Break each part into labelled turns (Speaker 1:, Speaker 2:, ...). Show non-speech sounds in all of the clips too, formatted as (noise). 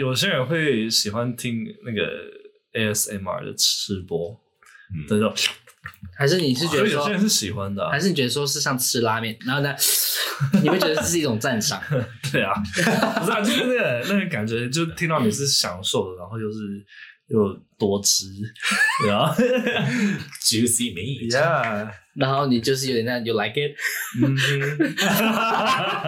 Speaker 1: 有些人会喜欢听那个 ASMR 的吃播，
Speaker 2: 嗯
Speaker 1: 真的，
Speaker 3: 还是你是觉
Speaker 1: 所
Speaker 3: 得
Speaker 1: 以有
Speaker 3: 说
Speaker 1: 些，人是喜欢的啊、
Speaker 3: 还是你觉得说是像吃拉面，然后呢， (laughs) 你会觉得这是一种赞赏？
Speaker 1: 对啊，不是啊，就是那个那个感觉，就听到你是享受的，然后又是又多汁，啊然后
Speaker 2: juicy meat，
Speaker 1: yeah，
Speaker 3: (laughs) 然后你就是有点那样 you like it，
Speaker 1: (laughs) 嗯哼，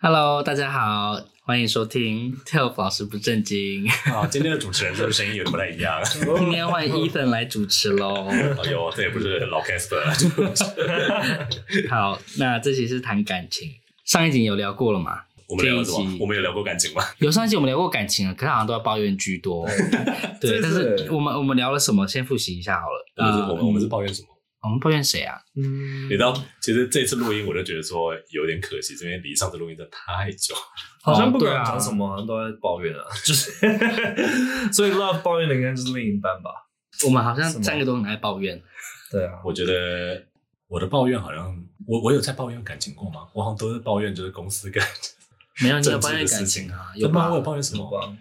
Speaker 3: Hello，大家好，欢迎收听 Telf 老师不正
Speaker 2: (laughs)
Speaker 3: 经，
Speaker 2: 啊，今天的主持人就是声音有点不太一样。
Speaker 3: 今天换 Ethan 来主持喽。
Speaker 2: 哎呦，这也不是老 Casper，啊
Speaker 3: 好，那这期是谈感情，上一集有聊过了嘛？
Speaker 2: 我们聊了什
Speaker 3: 这一
Speaker 2: 么
Speaker 3: 集？
Speaker 2: 我们有聊过感情吗？
Speaker 3: 有上一集我们聊过感情了，可是好像都要抱怨
Speaker 2: (laughs)
Speaker 3: 居多。对，
Speaker 1: 真
Speaker 3: 但
Speaker 1: 是
Speaker 3: 是我们我们聊了什么？先复习一下好了。
Speaker 2: 我们是我
Speaker 3: 呃
Speaker 2: 们我们是抱怨什么？
Speaker 3: 我们抱怨谁啊？
Speaker 1: 嗯
Speaker 2: 你知道，其实这次录音我就觉得说有点可惜，这边离上次录音真的太久。
Speaker 1: 好像不
Speaker 3: 哦对
Speaker 1: 管
Speaker 3: 啊
Speaker 1: 讲什么、好像都在抱怨啊，就是所以 love 抱怨的应该就是另一半吧？
Speaker 3: 我们好像
Speaker 1: 什么
Speaker 3: 三个都很爱抱怨。
Speaker 1: 对啊，
Speaker 2: 我觉得我的抱怨好像，我我有在抱怨感情过吗？我好像都是抱怨就是公司跟，
Speaker 3: 没有，你有
Speaker 2: 政治
Speaker 3: 抱怨
Speaker 2: 的事
Speaker 3: 感
Speaker 2: 情
Speaker 3: 情 (laughs) 啊？有
Speaker 2: 有吗？
Speaker 3: 吧
Speaker 2: 我有？抱怨什
Speaker 1: 什么
Speaker 2: 么？
Speaker 3: 哦
Speaker 1: 吧？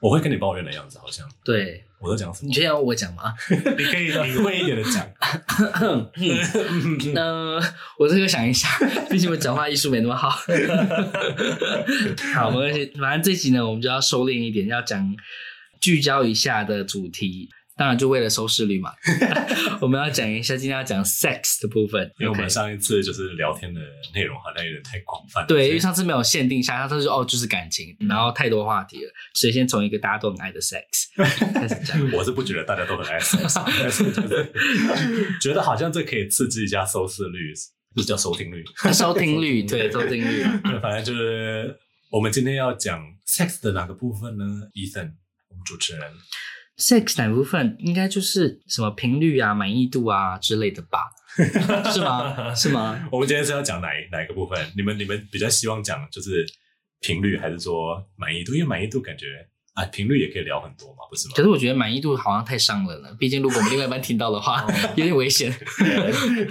Speaker 2: 我会跟你抱怨的样子，好像
Speaker 3: 对，
Speaker 2: 我都讲什么
Speaker 3: 你？觉得要我讲吗？
Speaker 1: 你可以
Speaker 2: 你会一点的讲，嗯
Speaker 3: 呃，我这个想一下，毕竟我讲话艺术没那
Speaker 2: (laughs)
Speaker 3: 么好。好，没关系，反正这集呢，我们就要收敛一点，要讲聚焦一下的主题。当然，就为了收
Speaker 2: (laughs)
Speaker 3: 视率嘛，我们要讲一下，今天要讲 sex 的部分。
Speaker 2: (laughs) 因为我们
Speaker 3: OK
Speaker 2: 上一次就是聊天的内容好像有点太广泛了。
Speaker 3: 对，因
Speaker 2: 所
Speaker 3: 为
Speaker 2: 以
Speaker 3: 上次没有限定下，上次就哦就是感情，
Speaker 2: 嗯
Speaker 3: 然后太多话题了，所以先从一个大家都很爱
Speaker 2: (laughs)
Speaker 3: 的 sex 开始讲。
Speaker 2: 我是不觉得大家都很爱 sex，但是 (laughs) 就是觉得好像这可以刺激一下收视率，不是叫收听率，嗯
Speaker 3: 收听率， (laughs) 对，啊收听率。
Speaker 2: 反正就是我们今天要讲 sex 的哪个部分呢？Ethan，我们主持人，
Speaker 3: sex 哪部分应该就是什么频率啊、满意度啊之类的吧？ (laughs) 是吗？是
Speaker 2: (laughs)
Speaker 3: 吗？
Speaker 2: 我们今天是要讲哪一哪一个部分？你们你们比较希望讲就是频率，还是说满意度？因为满意度感觉啊，频率也可以聊很多嘛，不是吗
Speaker 3: 可？是我觉得满意度好像太伤人了，毕竟如果我们另外一半听到的话，有点危险。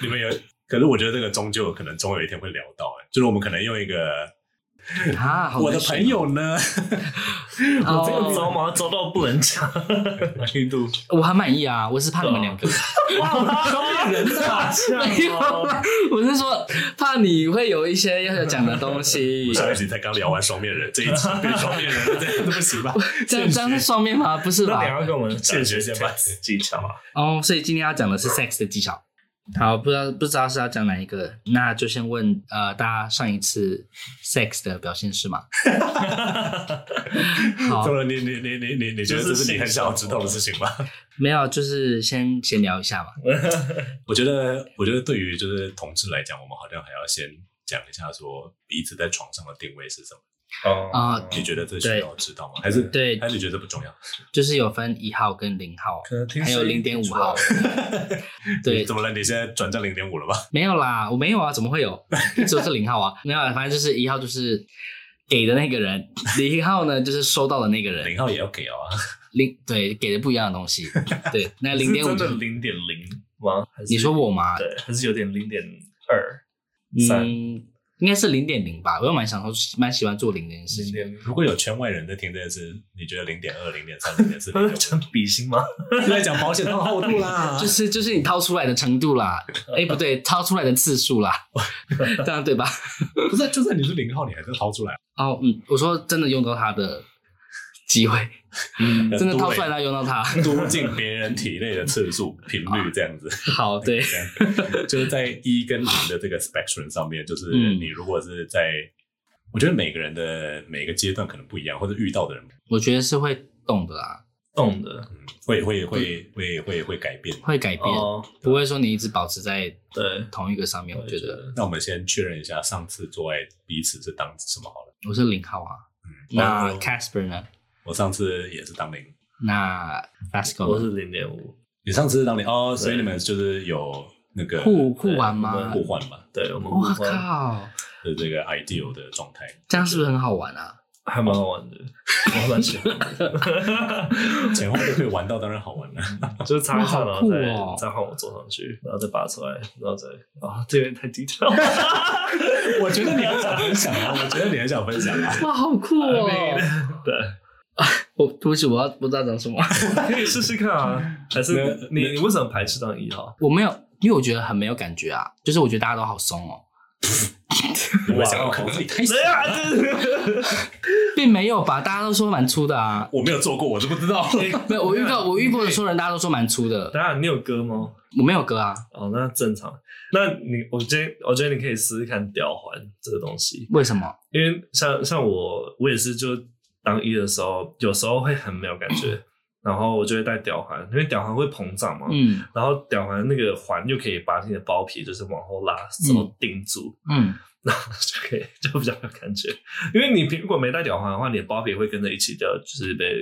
Speaker 2: 你们有，可是我觉得这个终究可能总有一天会聊到、欸，就是我们可能用一个
Speaker 3: 啊，好
Speaker 2: 我的
Speaker 3: 难选
Speaker 2: 朋友呢，
Speaker 3: 哦，
Speaker 1: 这个
Speaker 3: 哦
Speaker 1: 糟毛糟到不能讲，
Speaker 2: 满意
Speaker 1: (laughs)
Speaker 2: 度
Speaker 3: 我很满意啊，我是怕你们两个，
Speaker 1: 哇，人咋这样哦？
Speaker 3: 我是说怕你会有一些要讲的东西 (laughs)
Speaker 2: 我，上一集才刚聊完双面人，这一集变双面人了，这样不行吧？
Speaker 3: 这样这 (laughs) 样是双面吗？不是
Speaker 1: 那你
Speaker 3: 吧？
Speaker 1: 要跟我们
Speaker 2: 现学现卖
Speaker 1: 技巧啊？
Speaker 3: 哦，所以今天要讲的是 sex 的技巧。好，不知道不知道是要讲哪一个，那就先问呃，大家上一次 sex 的表现是吗？好
Speaker 2: 怎，么了你你你你你你觉得这是你很想要知道的事情吗？
Speaker 3: 没有，就是先闲聊一下嘛。
Speaker 2: 我觉得，我觉得对于就是同志来讲，我们好像还要先讲一下说彼此在床上的定位是什么。
Speaker 1: 哦
Speaker 3: 啊
Speaker 2: 你觉得这需要知道吗？还是
Speaker 3: 对
Speaker 2: 还是你觉得不重要？
Speaker 3: 就是有分一号跟零号，
Speaker 1: 可能听啊
Speaker 3: 还有
Speaker 1: 声音
Speaker 3: 零点五啊
Speaker 1: 出来
Speaker 3: 号。对
Speaker 2: 怎，么了？你现在转战零点五了吧？
Speaker 3: (laughs) 没有啦，我没有啊，怎么会有？只有是零号啊，没有啊，反正就是一号就是给的那个人，零号呢就是收到的那个人，
Speaker 2: 零号也要给啊！
Speaker 3: 零对给的不一样的
Speaker 1: (laughs)
Speaker 3: 东西。对，那零点五
Speaker 1: 是真，的零点零吗？还是
Speaker 3: 你说我啊吗？
Speaker 1: 对，还是有点零点二 (laughs) 三
Speaker 3: 嗯，应该是零点零吧。我又蛮想说，蛮喜欢做零这件事
Speaker 1: 零
Speaker 3: 情。
Speaker 1: 点零？
Speaker 2: 如果有圈外人在听这件事，你觉得零点二、零点三、零点四，
Speaker 1: 他在
Speaker 2: (laughs)
Speaker 1: 讲比心吗？
Speaker 2: 是在讲保险套厚度啦
Speaker 3: 就是就是你掏出来的程度啦，哎、不对，掏出来的次
Speaker 1: (laughs)
Speaker 3: 数啦，这样对吧？
Speaker 2: 不是，就算你是零号，你还是掏出来，
Speaker 3: 哦，嗯，我说真的用到它的机会，
Speaker 1: 嗯，
Speaker 3: 真的掏出来它用到它。
Speaker 2: (laughs) 嘟进欸别人体内的次数、频率这样子，
Speaker 3: (laughs) 好，对，
Speaker 2: 这样 (laughs) 就是在一跟零的这个 spectrum 上面，就是
Speaker 3: 嗯
Speaker 2: 你如果是在，我觉得每个人的每个阶段可能不一样，或者遇到的人
Speaker 3: 我觉得是会动的啦，
Speaker 1: 动的
Speaker 2: 嗯会会会会会会改变。
Speaker 3: 会改变，
Speaker 1: 哦，
Speaker 3: 不会说你一直保持在
Speaker 1: 对，
Speaker 3: 同一个上面。我觉得
Speaker 1: 得
Speaker 2: 那我们先确认一下，上次做爱彼此是当什么好了？
Speaker 3: 我是零号啊，
Speaker 1: 嗯
Speaker 3: 那
Speaker 1: 哦
Speaker 2: 我
Speaker 3: Casper 呢？
Speaker 2: 我上次也是当零，
Speaker 3: 那 Vasco
Speaker 1: 我
Speaker 3: 呢
Speaker 1: 是零点五，
Speaker 2: 你上次是当零哦，所以你们就是有那个
Speaker 3: 互互玩
Speaker 1: 我
Speaker 3: 吗？
Speaker 2: 互换嘛
Speaker 1: 对我们
Speaker 3: 我
Speaker 1: 互换
Speaker 3: 靠，
Speaker 2: 的这个 ideal 的状态。
Speaker 3: 这样是不是很好玩啊？
Speaker 1: 还蛮好
Speaker 3: (laughs)
Speaker 1: 玩的，我还蛮喜欢的，
Speaker 2: 前后都可以玩到，当然好玩了、
Speaker 1: 就是擦一擦，
Speaker 3: 哇
Speaker 1: 然
Speaker 3: 好
Speaker 1: 后
Speaker 3: 酷
Speaker 1: 再
Speaker 3: 哦
Speaker 1: 再换我坐上去，然后再拔出来，然后再啊，这边太低调了，
Speaker 3: (laughs)
Speaker 2: (laughs) 我觉得你很想分享啊，我觉得你很想分享啊。
Speaker 3: 哇，好酷哦！
Speaker 1: 对，
Speaker 3: 我对不起，我要不知道讲什么， (laughs)
Speaker 1: 可 (laughs) 以试试看啊。还是
Speaker 2: 那
Speaker 1: 你你为什么排斥当一号？
Speaker 3: 我没有，因为我觉得很没有感觉啊，就是我觉得大家都好松哦，
Speaker 2: (laughs) 我想要口里，
Speaker 1: 谁啊？
Speaker 3: (laughs)
Speaker 1: 这
Speaker 3: 并没有吧？大家都说蛮粗的啊，
Speaker 2: 我没有做过，我都不知道。
Speaker 3: (laughs) 没有，我遇到我遇过的所有人，大家都说蛮粗的，
Speaker 1: (laughs) 等一下你有歌吗？
Speaker 3: 我没有割啊，
Speaker 1: 哦，那正常。那你，我觉得，我觉得你可以试试看吊环这个东西，
Speaker 3: 为什么？
Speaker 1: 因为像像我，我也是就当一的时候，有时候会很没有感觉，然后我就会戴吊环，因为吊环会膨胀嘛，
Speaker 3: 嗯
Speaker 1: 然后吊环那个环又可以把你的包皮就是往后拉，之后定住，
Speaker 3: 嗯，
Speaker 1: 然后 (laughs) 就可以就比较有感觉。因为你如果没戴吊环的话，你的包皮会跟着一起掉，就是被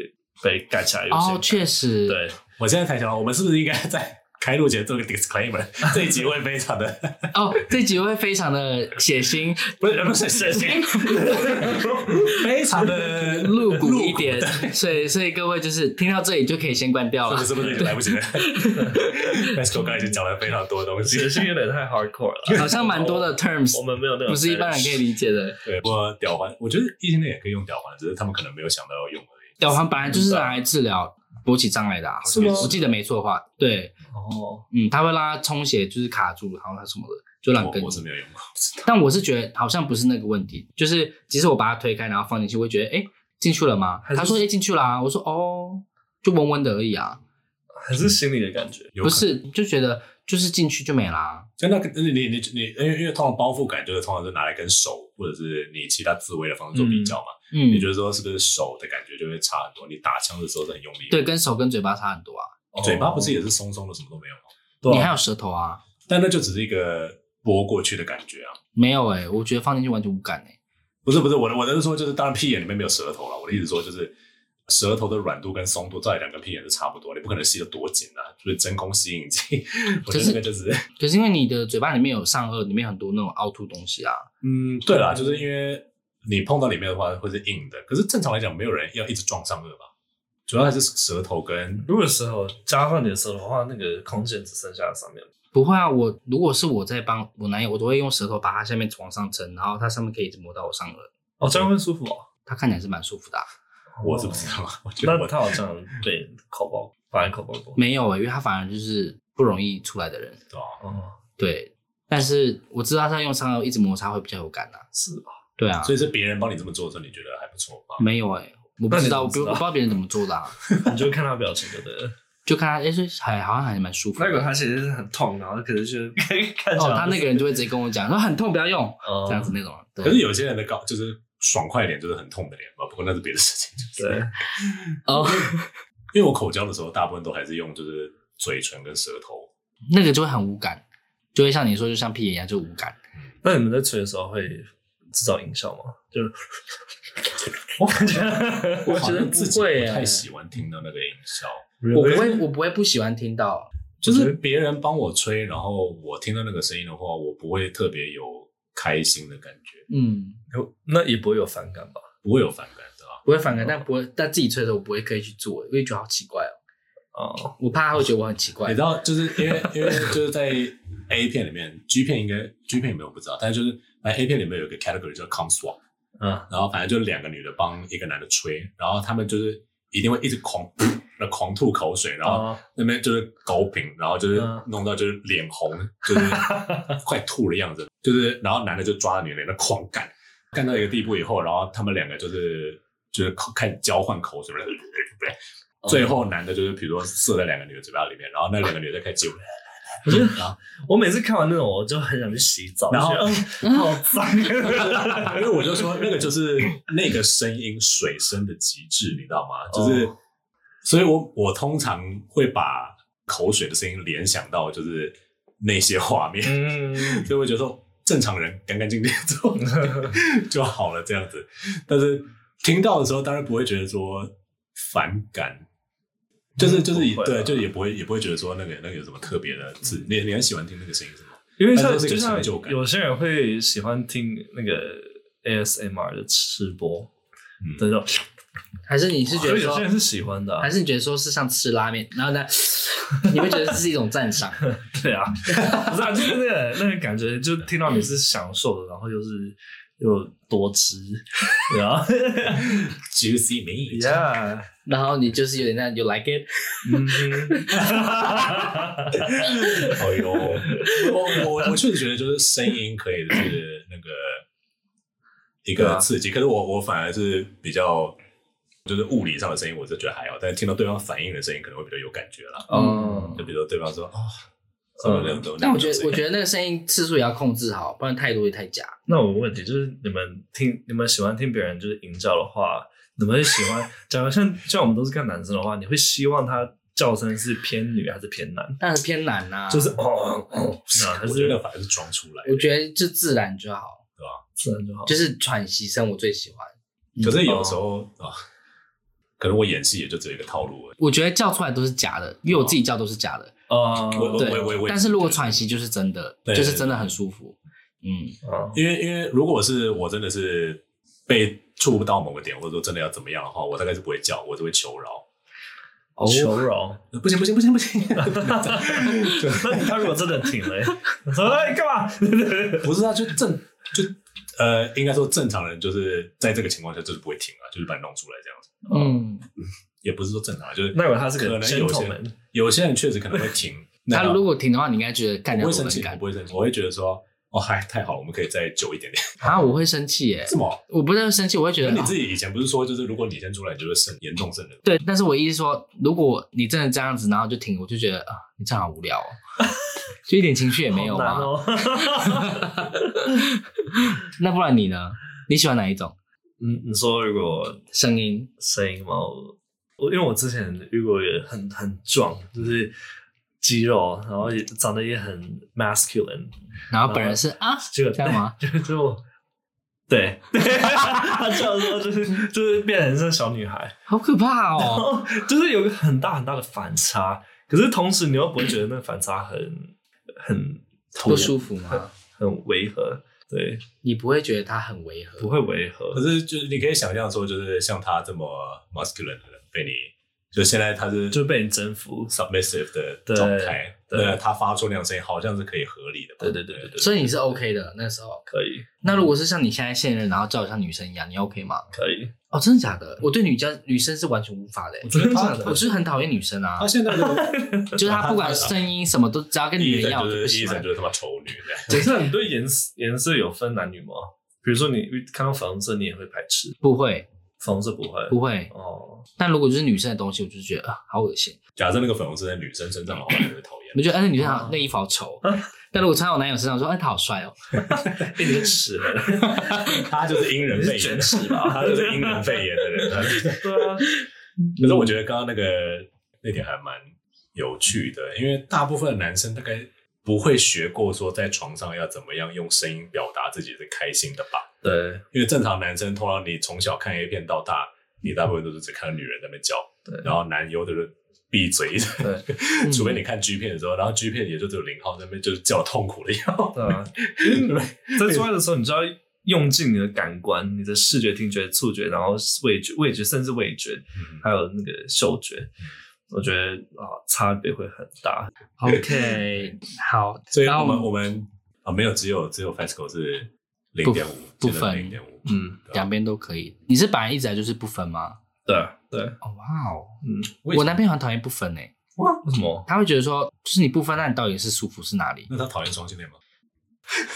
Speaker 1: 被盖起来有些。
Speaker 3: 哦，确实，， (laughs)
Speaker 1: 对，
Speaker 2: 我现在才想到，我们是不是应该在开录前做个 (laughs) disclaimer？这一集会非常的
Speaker 3: 哦，这集会非常的血腥，
Speaker 2: 不是不是
Speaker 1: 这
Speaker 2: 是
Speaker 1: 些
Speaker 2: 非常的
Speaker 3: 露骨一点，所以所以各位就是听到这里就可以先关掉了
Speaker 2: 是不。是不是来不 (laughs) 及了？Mesco 刚才已经讲了非常多东西
Speaker 1: 血，腥有点太 hardcore 了，
Speaker 3: (laughs) 好像蛮多的 terms，
Speaker 1: 我们没有那种
Speaker 3: 不是一般人可以理解的。
Speaker 2: 对，不过吊环，我觉得异性恋也可以用吊环，只是他们可能没有想到要用而已。
Speaker 3: 吊环本来就是拿来治疗勃起障碍的、啊，
Speaker 2: 是吗
Speaker 3: 我记得没错的话，对，
Speaker 1: 哦，
Speaker 3: 嗯，它会让它充血，就是卡住，然后它什么的，就让你更
Speaker 2: 我我是没有用过，
Speaker 3: 但我是觉得好像不是那个问题，就是即使我把它推开，然后放进去，我会觉得哎，诶进去了吗？
Speaker 1: 还是
Speaker 3: 他说哎进去啦、我说哦，就温温的而已啊，
Speaker 1: 还是心里的感觉。
Speaker 2: 有
Speaker 3: 不
Speaker 2: 可能
Speaker 3: 是就觉得就是进去就没啦、
Speaker 2: 就那个你你你你，因为因为通常包覆感就是通常是拿来跟手或者是你其他自慰的方式做比较嘛，
Speaker 3: 嗯，
Speaker 2: 你觉得说是不是手的感觉就会差很多？你打枪的时候是很用力，
Speaker 3: 对，，跟手跟嘴巴差很多啊，
Speaker 2: 嘴
Speaker 1: 哦
Speaker 2: 巴不是也是松松的，什么都没有吗？
Speaker 1: 对啊
Speaker 3: 你还有舌头啊？
Speaker 2: 但那就只是一个拨过去的感觉啊，
Speaker 3: 没有哎、我觉得放进去完全无感哎、
Speaker 2: 不是不是，我的我的是说就是，当然屁眼里面没有舌头了，我的意思说就是。舌头的软度跟松度，照理讲跟屁眼是差不多，你不可能吸得多紧啊，就是真空吸引剂。我觉
Speaker 3: 可
Speaker 2: 得这个
Speaker 3: 是 (laughs)
Speaker 2: 就是，
Speaker 3: 可是因为你的嘴巴里面有上颚，里面很多那种凹凸东西啊，
Speaker 2: 嗯，对啦，就是因为你碰到里面的话会是硬的，可是正常来讲，没有人要一直撞上颚吧，主要还是舌头跟
Speaker 1: 如果时候加上你的时候的话，那个空间只剩下上面。
Speaker 3: 不会啊，我如果是我在帮我男友，我都会用舌头把他下面往上撑，然后他上面可以一直摸到我上颚，
Speaker 1: 哦，这样会舒服哦。
Speaker 3: 他看起来是蛮舒服的啊、
Speaker 2: 我是不知道，我觉得
Speaker 1: 那
Speaker 2: 我
Speaker 1: 他好像被口爆，反正口爆过。
Speaker 3: 没有欸因为他反而就是不容易出来的人，
Speaker 2: 对啊
Speaker 1: 哦，
Speaker 3: 对。但是我知道他用上颚一直摩擦会比较有感啊，
Speaker 1: 是吧？
Speaker 3: 对啊，
Speaker 2: 所以是别人帮你这么做的时候，你觉得还不错吧？
Speaker 3: 没有哎、我不知道，
Speaker 1: 那
Speaker 3: 我
Speaker 1: 你
Speaker 3: 不
Speaker 1: 怎么知道
Speaker 3: 我不知道别人怎么做的啊，
Speaker 1: 你就看他表情就对
Speaker 3: (laughs)
Speaker 1: 了。
Speaker 3: 就看他哎，所以还好像还蛮舒服的。
Speaker 1: 那个他其实是很痛，然后可是就看起来
Speaker 3: 哦，他那个人就会直接跟我讲说很痛，不要用
Speaker 1: 啊哦
Speaker 3: 这样子那种啊，对
Speaker 2: 可是有些人的高就是爽快脸，就是很痛的脸吧。不过那是别的事情。
Speaker 1: 对，
Speaker 3: 哦，
Speaker 2: 因为我口交的时候，大部分都还是用就是嘴唇跟舌头。
Speaker 3: 那个就会很无感，就会像你说，就像屁眼一样就无感。
Speaker 1: 那你们在吹的时候会制造音效吗？就 (laughs) 我感觉，
Speaker 2: 我好像自己
Speaker 3: 我觉得不会
Speaker 2: 不
Speaker 3: 耶
Speaker 2: 太喜欢听到那个音效，
Speaker 3: 我不会，我不会不喜欢听到，啊
Speaker 2: 就是别人帮我吹，然后我听到那个声音的话，我不会特别有开心的感觉，
Speaker 3: 嗯，
Speaker 1: 那也不会有反感吧？
Speaker 2: 不会有反感，啊对吧？
Speaker 3: 不会反感，但不会，但自己吹的时候我不会刻意去做，因为觉得好奇怪哦，
Speaker 1: 哦，
Speaker 3: 我怕他会觉得我很奇
Speaker 2: 你
Speaker 3: 怪
Speaker 2: 知。道，就是因为因为就是在 A 片里面，G 片应该 G 片有没有我不知道，但是就是反正 A 片里面有一个 category 叫 com swap，
Speaker 1: 嗯，
Speaker 2: 然后反正就两个女的帮一个男的吹，然后他们就是一定会一直狂那狂吐口水，然后
Speaker 1: 哦，
Speaker 2: 那边就是狗品，然后就是
Speaker 1: 嗯
Speaker 2: 弄到就是脸红，就是
Speaker 1: (laughs)
Speaker 2: 快吐的样子，就是然后男的就抓着女的脸在狂干，干到一个地步以后，然后他们两个就是就是口开始交换口水，
Speaker 1: 哦
Speaker 2: 最后男的就是比如说射在两个女的嘴巴里面，然后那两个女的开始接吻，
Speaker 1: 我觉得
Speaker 2: 然后
Speaker 1: 我每次看完那种，我就很想去洗澡，
Speaker 2: 然后
Speaker 1: 就觉得嗯 (laughs) 好脏。
Speaker 2: (laughs) 因为我就说那个就是那个声音水声的极致，你知道吗？就是，
Speaker 1: 哦
Speaker 2: 所以我我通常会把口水的声音联想到就是那些画面， (laughs)
Speaker 1: 嗯，
Speaker 2: 所以我觉得说正常人干干净净做 (laughs) 就好了这样子。但是听到的时候，当然不会觉得说反感。就是就是
Speaker 1: 嗯
Speaker 2: 也
Speaker 1: 不会啊
Speaker 2: 对，
Speaker 1: 吧
Speaker 2: 就也不会也不会觉得说那个那个有什么特别的字，你你很喜欢听那个声音是吗？
Speaker 1: 因为
Speaker 2: 还
Speaker 1: 像
Speaker 2: 是这个
Speaker 1: 就像
Speaker 2: 成就感
Speaker 1: 有些人会喜欢听那个 ASMR 的吃播，
Speaker 2: 嗯
Speaker 1: 对就，
Speaker 3: 还是你是
Speaker 1: 可
Speaker 3: 觉得
Speaker 1: 哦有
Speaker 3: 说
Speaker 1: 些，人是喜欢的啊、
Speaker 3: 还是你觉得说是像吃拉面，然后呢， (laughs) 你会觉得这是一种
Speaker 1: (laughs)
Speaker 3: 赞赏？
Speaker 1: 对
Speaker 3: (laughs)
Speaker 1: 啊，不是啊，就是那个那个感觉，就听到你是享受的，然后又是又多汁，啊然后
Speaker 2: juicy meat，
Speaker 1: (laughs) yeah，
Speaker 3: 然后你就是有点那样 you like it，
Speaker 1: (laughs) 嗯哼，
Speaker 2: 哎呦，我我我确实觉得就是声音可以是那个一
Speaker 1: 对
Speaker 2: 个
Speaker 1: 啊
Speaker 2: 刺激，可是我我反而是比较就是物理上的声音，我是觉得还好，但是听到对方反应的声音可能会比较有感觉啦。
Speaker 1: 哦
Speaker 2: 就比如说对方说啊，什么人都，
Speaker 3: 但我觉
Speaker 2: 那
Speaker 1: (laughs)
Speaker 3: 得
Speaker 2: 种
Speaker 3: 我觉得那个声音次数也要控制好，不然太多也太假。
Speaker 1: 那我有问题就是，你们听你们喜欢听别人就是吟叫的话，你们会喜欢？假如像像我们都是看男生的话，你会希望他叫声是偏女还是偏男？
Speaker 3: 但是偏难呐、
Speaker 1: 就是哦哦，那还
Speaker 2: 我觉
Speaker 1: 是
Speaker 2: 得反而是装出来的。
Speaker 3: 我觉得就自然就好，
Speaker 1: 自然
Speaker 2: 哦
Speaker 1: 就好。
Speaker 3: 就是喘息声我最喜欢。
Speaker 2: 可是有时候啊，可能我演戏也就只有一个套路而已。
Speaker 3: 我觉得叫出来都是假的，因为我自己叫都是假的。
Speaker 1: 哦，
Speaker 2: 我我
Speaker 3: 对
Speaker 2: 哦我我我，
Speaker 3: 但是如果喘息就是真的，
Speaker 2: 对
Speaker 3: 就是真的很舒服。嗯，
Speaker 1: 哦
Speaker 2: 因为因为如果是我真的是被触不到某个点，或者说真的要怎么样的话，我大概是不会叫，我就会求饶。
Speaker 3: 哦
Speaker 1: 求
Speaker 2: (laughs)
Speaker 1: 饶。
Speaker 2: 不行不行不行不行！
Speaker 1: 那他如果真的挺了，说哎干嘛？
Speaker 2: (laughs)
Speaker 1: (laughs)
Speaker 2: 不是啊，就正就呃，应该说正常人就是在这个情况下就是不会停啊，就是把你弄出来这样子。
Speaker 3: 嗯，
Speaker 2: 也不是说正常啊，就是
Speaker 1: 那以为他是
Speaker 2: 可
Speaker 1: 个
Speaker 2: 能有些
Speaker 1: gentleman
Speaker 2: 人有些人确实可能会停。那
Speaker 3: 他如果停的话，你应该觉得干
Speaker 2: 我
Speaker 3: 掉
Speaker 2: 不会
Speaker 3: 我
Speaker 2: 生气
Speaker 3: 很，
Speaker 2: 我
Speaker 3: 干
Speaker 2: 不会生气，我会觉得说，哦嗨，太好了，我们可以再久一点 (laughs) 点。
Speaker 3: 啊！我会生气耶
Speaker 2: 为，什么？
Speaker 3: 我不是会生气，我会觉
Speaker 2: 那
Speaker 3: 得
Speaker 2: 你
Speaker 3: 啊
Speaker 2: 自己以前不是说，就是如果你先出来，你就会生严重生人。
Speaker 3: 对。但是我意思说，如果你真的这样子，然后就停，我就觉得啊，你这样好无聊哦， (laughs) 就一点情绪也没有
Speaker 1: 好难
Speaker 3: 嘛。
Speaker 1: 哦。 (laughs)
Speaker 3: 那不然你呢？你喜欢哪一种
Speaker 1: 嗯，你说如果
Speaker 3: 声音？
Speaker 1: 声音嘛，我我因为我之前遇过一个很很壮，就是肌肉，然后也长得也很 masculine，
Speaker 3: 然后本人是啊，
Speaker 1: 这个
Speaker 3: 这样吗？
Speaker 1: (laughs) 就就对，他叫的时候就是就是变成像小女孩，
Speaker 3: 好可
Speaker 1: 然
Speaker 3: 怕
Speaker 2: (laughs)
Speaker 3: 哦！
Speaker 1: 后就是有个很大很大的反差，可是同时你又不会觉得那个反差很很
Speaker 3: 不舒服吗？
Speaker 1: 很违和，对，
Speaker 3: 你不会觉得他很违和？
Speaker 1: 不会违和
Speaker 2: 可，是就是你可以想象说，就是像他这么 masculine 的人被你，就现在他是
Speaker 1: 就被你征服，
Speaker 2: submissive 的
Speaker 1: 对
Speaker 2: 状态，
Speaker 1: 对
Speaker 2: 那他发出那种声音好像是可以合理的吧。
Speaker 1: 对对对对对，
Speaker 3: 所以你是 OK 的那时候。
Speaker 1: 可以
Speaker 3: 那如果是像你现在现任，然后叫我像女生一样，你 OK 吗？
Speaker 1: 可以，
Speaker 3: 哦，真的假的？我对女教女生是完全无法的、
Speaker 2: 我觉得
Speaker 1: 真
Speaker 2: 他
Speaker 1: 的假的
Speaker 3: 我就是很讨厌女生啊
Speaker 2: 他，现在就
Speaker 3: 就是她不管声音什么都，只要跟
Speaker 2: 第
Speaker 3: 女
Speaker 2: 一
Speaker 3: 人要，
Speaker 2: 层
Speaker 3: 我
Speaker 2: 就
Speaker 3: 不
Speaker 2: 是第一
Speaker 3: 喜
Speaker 2: 层
Speaker 3: 欢
Speaker 2: 就。是他妈丑女这样。
Speaker 1: 可是你对颜色颜色有分男女吗？比如说你遇看到粉红色，你也会排斥，
Speaker 3: 不会，
Speaker 1: 粉红色不会，
Speaker 3: 不会。
Speaker 1: 哦，
Speaker 3: 但如果就是女生的东西，我就觉得啊，好恶心。
Speaker 2: 假设那个粉红色在女生身上的话，你会讨厌
Speaker 3: 我。觉得，哎、那女生好
Speaker 1: 哦
Speaker 3: 那衣服好丑。但如果穿到我男友身上，说，哎、他好帅哦。
Speaker 1: 一点屎了，
Speaker 3: (laughs)
Speaker 2: 他就是因人
Speaker 1: 你
Speaker 2: 肺
Speaker 1: 是
Speaker 2: 炎
Speaker 1: 卷，尺吧？
Speaker 2: 他就是因人肺炎的人。
Speaker 3: (laughs)
Speaker 2: 他就是
Speaker 1: 对啊，
Speaker 2: 可是我觉得刚刚那个那点还蛮有趣的，因为大部分的男生大概不会学过说在床上要怎么样用声音表达自己是开心的吧？
Speaker 1: (laughs) 对
Speaker 2: 因为正常男生通常你从小看 A 片到大，你大部分都是只看到女人在那边叫，
Speaker 1: 对
Speaker 2: 然后男优就是闭嘴，
Speaker 1: 对
Speaker 2: (laughs) 除
Speaker 3: 嗯
Speaker 2: 非你看 G 片的时候，然后 G 片也就只有零号在那边就是叫痛苦的样。
Speaker 1: 对啊，在做爱的时候，你就要用尽你的感官，你的视觉、听觉、触觉，然后味觉、味觉甚至味觉，
Speaker 3: 嗯
Speaker 1: 还有那个嗅觉，我觉得啊，差别会很大。
Speaker 3: OK，好。
Speaker 2: (laughs) 所以
Speaker 3: 然后
Speaker 2: 我们我们啊没有只有只有 Fasco 是零点五
Speaker 3: 不分
Speaker 2: 零点五，
Speaker 1: 嗯，
Speaker 3: 两边都可以。你是本来一直来就是不分吗？
Speaker 1: 对啊对啊，
Speaker 3: 哦，哇哦，
Speaker 2: 为什么
Speaker 3: 我男朋友很讨厌不分诶、欸
Speaker 1: 为什么？
Speaker 3: 他会觉得说，就是你不分，那你到底是舒服是哪里？
Speaker 2: 那他讨厌双性恋吗？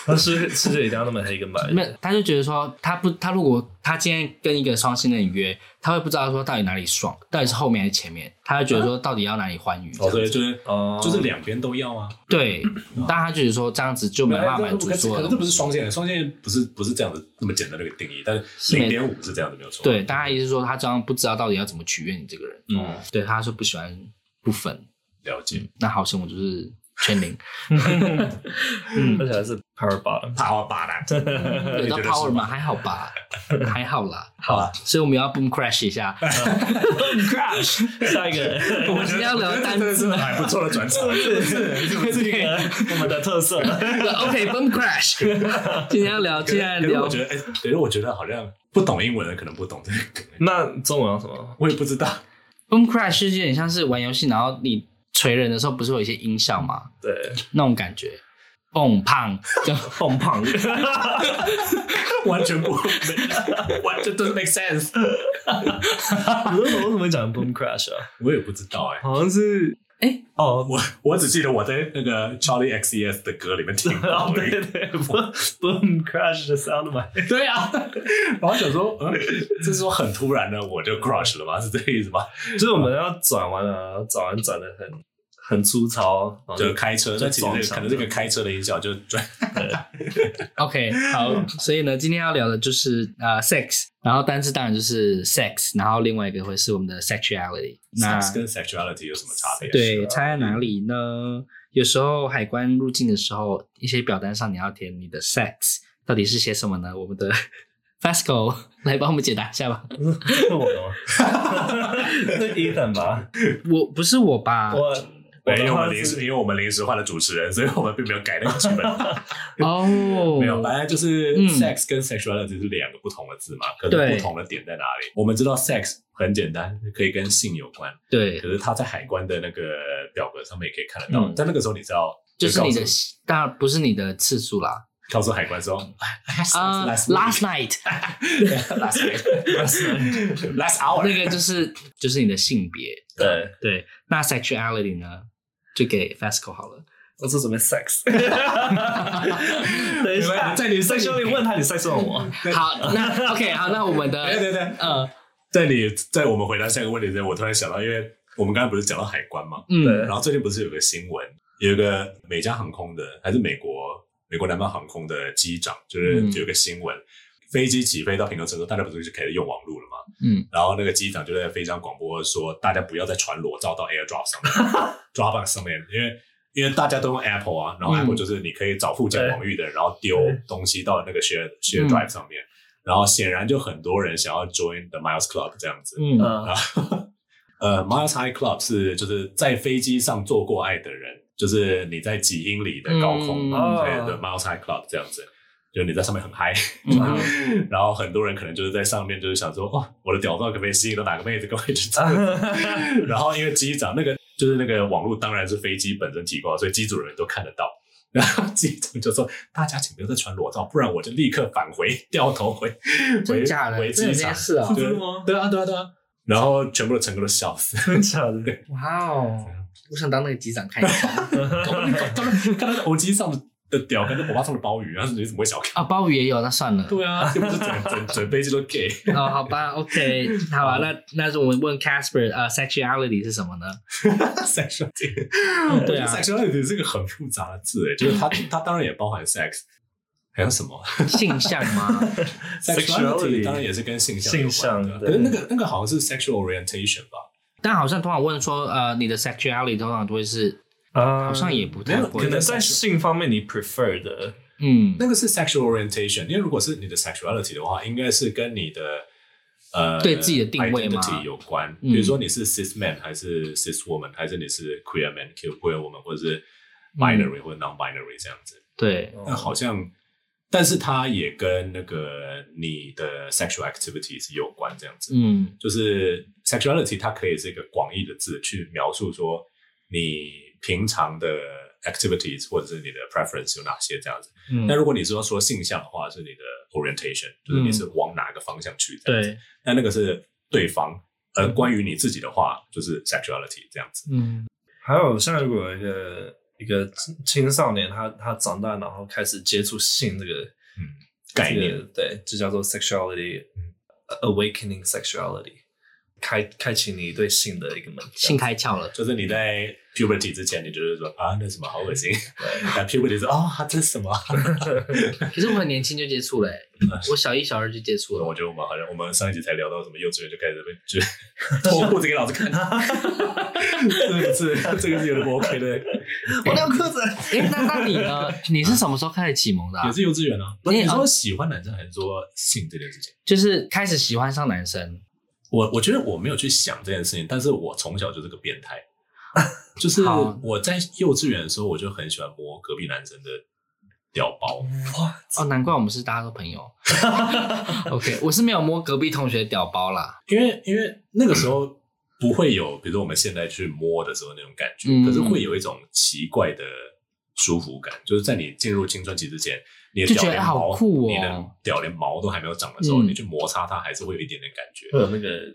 Speaker 1: 他是世界一定要那么黑跟白？
Speaker 3: 没有，他就觉得说，他不，他如果他今天跟一个双性恋约，他会不知道说到底哪里爽，到底是后面还是前面，他会觉得说到底要哪里欢愉。
Speaker 2: 哦，
Speaker 3: 这
Speaker 2: 所
Speaker 3: 样
Speaker 2: 以
Speaker 3: 子
Speaker 2: 就是
Speaker 1: 哦，
Speaker 2: 就是两边都要啊，
Speaker 3: 对，但他觉得说这样子就没办法满足
Speaker 2: 可是
Speaker 3: 所
Speaker 2: 可是
Speaker 3: 有的
Speaker 2: 这
Speaker 3: 东
Speaker 2: 不是
Speaker 3: 西。
Speaker 2: 双线的，双线不是不是这样的那么简单的一个定义，但是
Speaker 3: 是没
Speaker 2: 零点五是这样的没有错。
Speaker 3: 对，但他意思是说他这样不知道到底要怎么取悦你这个人。
Speaker 1: 嗯，
Speaker 3: 对，他说不喜欢不分。
Speaker 2: 了解。
Speaker 3: 那好险，我就是
Speaker 2: (laughs)
Speaker 3: 全零，
Speaker 1: 嗯，而且还是 power bottom。
Speaker 2: power 把啦，
Speaker 3: 有
Speaker 2: 你
Speaker 3: 到
Speaker 2: 觉得是
Speaker 3: power 吗？
Speaker 2: 吗？
Speaker 3: 还好吧，还好啊啦。
Speaker 2: 好吧，
Speaker 3: 所以我们要 boom crash 一
Speaker 2: (laughs)
Speaker 3: 下。 (laughs)
Speaker 1: crash，下一个，
Speaker 3: 我们今天要聊单
Speaker 2: 这 (laughs)
Speaker 3: 字
Speaker 2: 是
Speaker 3: 吗
Speaker 2: 还哎不错的
Speaker 3: (laughs)
Speaker 2: 转场，
Speaker 1: 这个 (laughs) 我们的特色。
Speaker 3: (laughs)
Speaker 2: (laughs)
Speaker 3: ？OK，boom crash。今天要聊，今天要
Speaker 2: 可是
Speaker 3: 聊
Speaker 2: 我觉得，哎，可是我觉得好像不懂英文的可能不懂这个梗，
Speaker 1: (laughs) 那中文要什么？
Speaker 2: 我也不知道。 (laughs)
Speaker 3: boom crash 是有点像是玩游戏，然后你锤人的时候不是会有一些音效吗？
Speaker 1: 对，
Speaker 3: 那种感觉。
Speaker 2: (laughs)
Speaker 3: 蹦胖，就
Speaker 1: 碰胖。
Speaker 2: 完全不，没 (laughs) 完全 doesn't make sense。
Speaker 1: 你为什么为什么讲 boom crash 啊？
Speaker 2: 我也不知道哎、
Speaker 1: 好像是，
Speaker 3: 哎
Speaker 1: 哦，
Speaker 2: 我我只记得我在那个 Charlie XCS 的歌里面听
Speaker 1: 哦
Speaker 2: (laughs) 到而
Speaker 1: 对
Speaker 2: 已。
Speaker 1: (laughs) 对，boom boom crash 的 sound 嘛。
Speaker 2: 对啊，然后想说，嗯，这是说很突然的我就 crush 了吗？是这个意思吗？
Speaker 1: 就是我们要转弯啊，转弯转的很很粗糙，然后
Speaker 2: 就开车，
Speaker 1: 就
Speaker 2: 那其
Speaker 1: 撞
Speaker 2: 实
Speaker 1: 墙
Speaker 2: 可能
Speaker 1: (laughs)
Speaker 2: 这个开车的音效就转
Speaker 3: (laughs) OK，好，所以呢，今天要聊的就是呃 sex，然后单字当然就是 sex，然后另外一个会是我们的 sexuality。
Speaker 2: (laughs)
Speaker 3: 那
Speaker 2: sex 跟 sexuality 有什么差别？啊
Speaker 3: 对，差在哪里呢？有时候海关入境的时候，一些表单上你要填你的 sex，到底是写什么呢？我们的 (laughs) Fasco 来帮我们解答一下吧。
Speaker 1: 是我的吗？是 Ethan 吧？
Speaker 3: 我不是我吧？
Speaker 1: (laughs) 我
Speaker 2: 没有，
Speaker 1: 的
Speaker 2: 我
Speaker 1: 话
Speaker 2: 们临时
Speaker 1: 是
Speaker 2: 因为我们临时换了主持人，所以我们并没有改那个剧本，
Speaker 3: 哦，
Speaker 2: 没有。反正就是
Speaker 3: 嗯
Speaker 2: sex 跟 sexuality 是两个不同的字嘛，可能
Speaker 3: 对
Speaker 2: 不同的点在哪里？我们知道 sex 很简单，可以跟性有关，
Speaker 3: 对
Speaker 2: 可，是它在海关的那个表格上面也可以看得到。
Speaker 1: 嗯
Speaker 2: 但那个时候你知道，
Speaker 3: 就是你的
Speaker 2: 告诉，
Speaker 3: 当然不是你的次数啦。
Speaker 2: 告诉海关说
Speaker 3: (laughs)
Speaker 2: (laughs)
Speaker 3: 啊、
Speaker 2: last
Speaker 3: l a s t
Speaker 2: (laughs)
Speaker 3: night
Speaker 2: last
Speaker 3: (laughs)
Speaker 2: night last hour，
Speaker 3: 那个就是就是你的性别。
Speaker 1: 对，
Speaker 3: 对，那 sexuality 呢，就给 Fasco 好了。
Speaker 1: 我是准备 (laughs) sex。等一
Speaker 2: 没关
Speaker 1: 下，
Speaker 2: 系在你
Speaker 1: 在兄弟问他你 sex 问我，
Speaker 3: 好，
Speaker 2: (laughs)
Speaker 3: 那 OK，好，那我们
Speaker 2: 对
Speaker 3: 的
Speaker 2: 对对，
Speaker 3: 呃
Speaker 2: 在你在我们回答下一个问题之前，我突然想到，因为我们刚才不是讲到海关嘛，
Speaker 1: 对
Speaker 3: 嗯
Speaker 2: 然后最近不是有个新闻，有一个美加航空的还是美国美国南方航空的机长，就是
Speaker 3: 嗯
Speaker 2: 有一个新闻，飞机起飞到平头城之后，大家不是就开始用网络了吗？
Speaker 3: 嗯，
Speaker 2: 然后那个机长就在飞机上广播说，大家不要再传裸照到 AirDrop 上面，Dropbox 上面，因为因为大家都用 Apple 啊，然后
Speaker 3: 嗯
Speaker 2: Apple 就是你可以找附件
Speaker 1: 对
Speaker 2: 网域的，然后丢
Speaker 1: 对
Speaker 2: 东西到那个 Share
Speaker 3: 嗯
Speaker 2: Share Drive 上面，然后显然就很多人想要 join the Miles Club 这样子，
Speaker 3: 嗯
Speaker 1: 嗯，
Speaker 2: 呃，Miles High Club 是就是在飞机上做过爱的人，就是你在几英里的高空
Speaker 3: 嗯
Speaker 1: 哦
Speaker 2: 对的 Miles High Club 这样子，就你在上面很嗨， (laughs)
Speaker 3: 嗯
Speaker 2: 然后很多人可能就是在上面就是想说，哦，我的屌照可不可以吸引到哪个妹子，跟我一起走。
Speaker 1: 嗯
Speaker 2: 然哦后因为机长那个就是那个网络当然是飞机本身提供的，所以机组人员都看得到。然后机长就说：“大家请不要再传裸照，不然我就立刻返回，掉头回
Speaker 3: 真
Speaker 2: 回
Speaker 3: 的假的
Speaker 2: 回
Speaker 3: 真的
Speaker 2: 机
Speaker 3: 有这
Speaker 2: 场。
Speaker 3: 件事啊
Speaker 2: 对
Speaker 1: 真的吗
Speaker 2: 对啊，对啊，对啊。然后全部的乘客都笑死，
Speaker 1: (laughs) 真的假的？
Speaker 3: 哇哦！我想当那个机长看一下
Speaker 2: (laughs) (laughs) 看到我机上的屌跟那我巴上的鲍鱼，然后你怎么会小看？
Speaker 3: 啊，鲍鱼也有，那算了。
Speaker 2: 对啊，这不是整整整飞机都 gay。 (laughs)
Speaker 3: 哦，好吧，OK，好吧，那那是我们问 Casper 啊、s e x u a l i t y 是什么呢？
Speaker 2: sexuality，(laughs)
Speaker 3: 对啊
Speaker 2: sexuality 是个很复杂的字诶，欸就是它它当然也包含 sex，还有什么
Speaker 3: 性向吗？
Speaker 1: Sexuality
Speaker 2: 当然也是跟性向有关
Speaker 1: 性
Speaker 2: 的，
Speaker 1: 向
Speaker 2: 可是那个那个好像是 sexual orientation 吧？
Speaker 3: 但好像通常问说，呃，你的 sexuality 通常都会是，
Speaker 1: 啊
Speaker 3: 好像也不太
Speaker 1: 可
Speaker 3: 会。
Speaker 1: 能在性方面你 prefer 的，
Speaker 3: 嗯，
Speaker 2: 那个是 sexual orientation，因为如果是你的 sexuality 的话，应该是跟你的呃
Speaker 3: 对自己的定位吗
Speaker 2: identity 有关。
Speaker 3: 嗯
Speaker 2: 比如说你是 cis man 还是 cis woman，还是你是 queer man、queer woman，或者是
Speaker 3: 嗯
Speaker 2: binary 或者 non binary 这样子。
Speaker 3: 对，
Speaker 2: 那
Speaker 1: 哦
Speaker 2: 好像，但是它也跟那个你的 sexual activity 是有关这样子。
Speaker 3: 嗯
Speaker 2: 就是 sexuality，它可以是一个广义的字去描述说你平常的 activities 或者是你的 preference 有哪些这样子。
Speaker 3: 嗯
Speaker 2: 那，如果你是要说性向的话，是你的 orientation，就是你是往哪个方向去这样子。
Speaker 3: 嗯对，
Speaker 2: 那那个是对方，而关于你自己的话，就是 sexuality 这样子。
Speaker 3: 嗯
Speaker 1: 还有像如果有一个一个青少年他他长大然后开始接触性这个
Speaker 2: 嗯，概念
Speaker 1: 这个对，就叫做 sexuality awakening sexuality。开开启你对性的一个门这样
Speaker 3: 性开窍
Speaker 2: (laughs)
Speaker 3: 了，
Speaker 2: 就是你在 puberty 之前，你就是说啊，那什么好恶
Speaker 3: (laughs)
Speaker 2: 心。那 puberty 说啊，这是什么？
Speaker 3: 可是我很年轻就接触了、欸，我小一、小二就接触
Speaker 2: 我
Speaker 3: 了。
Speaker 2: 觉得我们好像我们上一集才聊到什么幼稚园就开始被就是 (laughs) 脱裤子给老子看，是不是？这个是有点不 OK 的，
Speaker 1: 我尿裤子，
Speaker 3: 哎、那那你呢？你是什么时候开始启蒙的、
Speaker 2: (laughs)
Speaker 3: 啊
Speaker 2: 也？是幼稚园啊。
Speaker 3: 你
Speaker 2: 你说喜欢男生还是说性这件事情？
Speaker 3: 就是开始喜欢上男生，
Speaker 2: 我我觉得我没有去想这件事情，但是我从小就是个变态，就是
Speaker 3: 好
Speaker 2: 我在幼稚园的时候，我就很喜欢摸隔壁男生的屌包。
Speaker 1: 哇，
Speaker 3: 哦，难怪我们是大家都朋友。OK，我是没有摸隔壁同学的屌包啦。
Speaker 2: 因为因为那个时候不会有，比如说我们现在去摸的时候那种感觉，
Speaker 3: 嗯
Speaker 2: 可是会有一种奇怪的舒服感，就是在你进入青春期之前，你的
Speaker 3: 就觉
Speaker 2: 屌
Speaker 3: 得
Speaker 2: 连
Speaker 3: 好
Speaker 2: 毛，
Speaker 3: 酷哦
Speaker 2: 你的屌连毛都还没有长的时候，
Speaker 3: 嗯
Speaker 2: 你去摩擦它，还是会有一点点感觉、
Speaker 1: 会有那个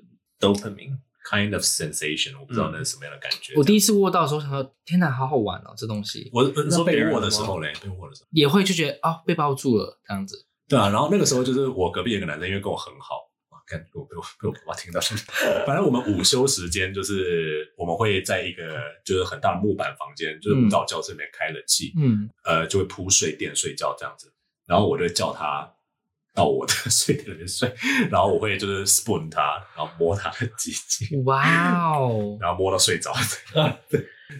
Speaker 1: dopamine，
Speaker 2: k i n d of sensation，我不知道那是什么样的感觉。
Speaker 3: 我第一次握到的时候，想说天哪，好好玩哦，这东西
Speaker 2: 我我
Speaker 1: 你说别
Speaker 2: 被
Speaker 1: 人
Speaker 2: 握
Speaker 1: 的
Speaker 2: 的时
Speaker 1: 吗
Speaker 2: 候嘞，被握的时候，
Speaker 3: 也会就觉得哦，被抱住了这样子。
Speaker 2: 对啊，然后那个时候就是我隔壁有个男生，因为跟我很好。哇看，被我被我被我爸爸听到 (laughs) 了。反正我们午休时间就是我们会在一个就是很大的木板房间，就是舞蹈教室里面开冷气。
Speaker 3: 嗯，
Speaker 2: 呃，就会铺睡垫睡觉这样子。然后我就会叫他到我的睡垫里面睡， (laughs) 然后我会就是 spoon 他，然后摸他的鸡鸡， (laughs)
Speaker 3: 哇哦，
Speaker 2: 然后摸到
Speaker 1: (laughs)
Speaker 2: 睡着。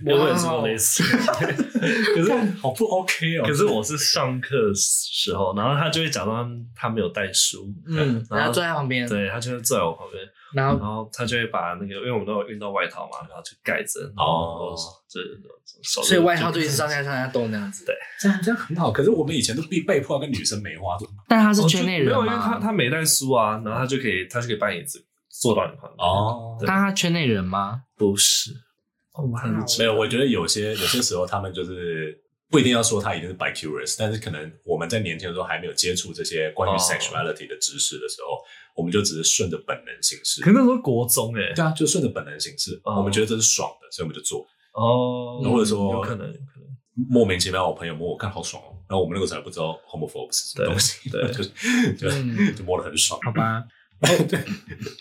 Speaker 1: 我也是过类
Speaker 3: (laughs)
Speaker 1: 似。
Speaker 2: 可是好不 OK 哦。
Speaker 1: 可是我是上课时候，然后他就会假装他没有带书，
Speaker 3: 嗯，然
Speaker 1: 然
Speaker 3: 后
Speaker 1: 后
Speaker 3: 坐在旁边，
Speaker 1: 对嗯他就会坐在我旁边，
Speaker 3: 然
Speaker 1: 然
Speaker 3: 后
Speaker 1: 后他就会把那个，因为我们都有运动外套嘛，然后就盖着，然后
Speaker 2: 哦
Speaker 1: 就是手，
Speaker 3: 所以外套就一直上下上下动那样子。
Speaker 1: 对
Speaker 2: 这样这样很好。可是我们以前都被被迫要跟女生梅花座。
Speaker 3: 但他是
Speaker 1: 哦
Speaker 3: 圈内人
Speaker 1: 就
Speaker 3: 吗？
Speaker 1: 没有，因为他他没带书啊，然后他就可以，他就可以把椅子坐到你旁边。，
Speaker 2: 哦
Speaker 1: 对
Speaker 3: 但他圈内
Speaker 1: (laughs)
Speaker 3: 人吗？
Speaker 1: 不是，哦，我很
Speaker 2: 没有，我觉得有些有些时候他们就是。不一定要说他一定是 bi curious，但是可能我们在年轻的时候还没有接触这些关于
Speaker 1: 哦
Speaker 2: sexuality 的知识的时候，我们就只是顺着本能行事。
Speaker 1: 可能那时候国中哎，
Speaker 2: 对啊，就顺着本能行事。
Speaker 1: 哦
Speaker 2: 我们觉得这是爽的，所以我们就做。
Speaker 1: 哦，
Speaker 2: 或者说
Speaker 1: 有可能，有可能，
Speaker 2: 莫名其妙，我朋友摸我，看好爽哦。然后我们那个时候还不知道 homophobe 是什么东西，
Speaker 1: 对哦
Speaker 2: 就
Speaker 3: 嗯
Speaker 2: (laughs) 就就摸得很爽。
Speaker 3: 好吧，
Speaker 2: (laughs)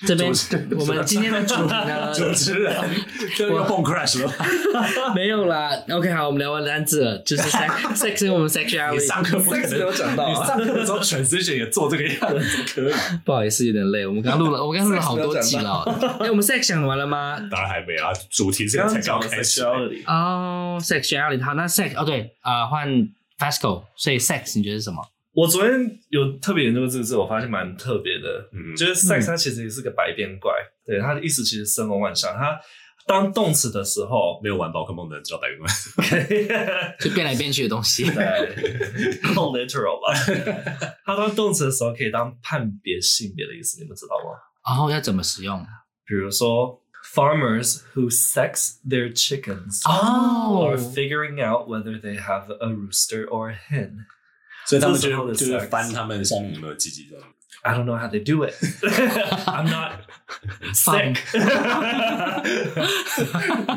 Speaker 3: 这
Speaker 2: 主
Speaker 3: 边
Speaker 2: 持人
Speaker 3: 我们今天的主
Speaker 2: (laughs)
Speaker 3: 题
Speaker 1: 啊
Speaker 3: 呢，
Speaker 2: 主持人，啊这个 home crash 了吧，
Speaker 3: 没有啦。OK，好，我们聊完单字了，就是
Speaker 1: (laughs)
Speaker 3: sex sex 跟我们
Speaker 2: 你
Speaker 3: sexuality。
Speaker 2: 上课不可 (laughs)
Speaker 1: Sex 没有讲到
Speaker 2: 能，
Speaker 1: 啊
Speaker 2: 你上课的时候 transition 也做这个样子，可以？
Speaker 3: 不好意思，有点累。我们刚录了，我们刚录了好多集了。 (laughs) 哎，我们 sex 讲完了吗？
Speaker 2: 当然还没啊，主题现
Speaker 1: 刚
Speaker 2: 在
Speaker 1: 刚
Speaker 2: 才刚
Speaker 1: 讲的
Speaker 2: 开始。
Speaker 1: sexuality，
Speaker 3: 哦，sexuality，好，那 sex 哦对，啊换 fasco，所以 sex 你觉得是什么？
Speaker 1: 我昨天有特别研究过这个字，我发现蛮特别的，
Speaker 2: 嗯，
Speaker 1: 就是 sex 它其实也是个百变怪，对它的意思其实生龙万象，它当动词的时候， (laughs)
Speaker 2: 没有玩宝可梦的人知道白云吗？ (laughs)
Speaker 3: 就变来变去的东
Speaker 1: (laughs)
Speaker 3: 西。 (laughs)
Speaker 1: 对，collateral 吧。它当动词的时候可以当判别性别的意思，你们知道吗？
Speaker 3: 然后要怎么使用？
Speaker 1: 比如说，farmers who sex their chickens、
Speaker 3: 哦
Speaker 1: are
Speaker 3: (laughs)
Speaker 1: figuring out whether they have a rooster or a hen.
Speaker 2: 所以他们
Speaker 1: 这
Speaker 2: 就
Speaker 1: 时候的
Speaker 2: 是就是
Speaker 1: sex
Speaker 2: 翻他们下面有没有鸡鸡这样。
Speaker 1: I don't know how they do it. (laughs) I'm not sick.
Speaker 2: (laughs)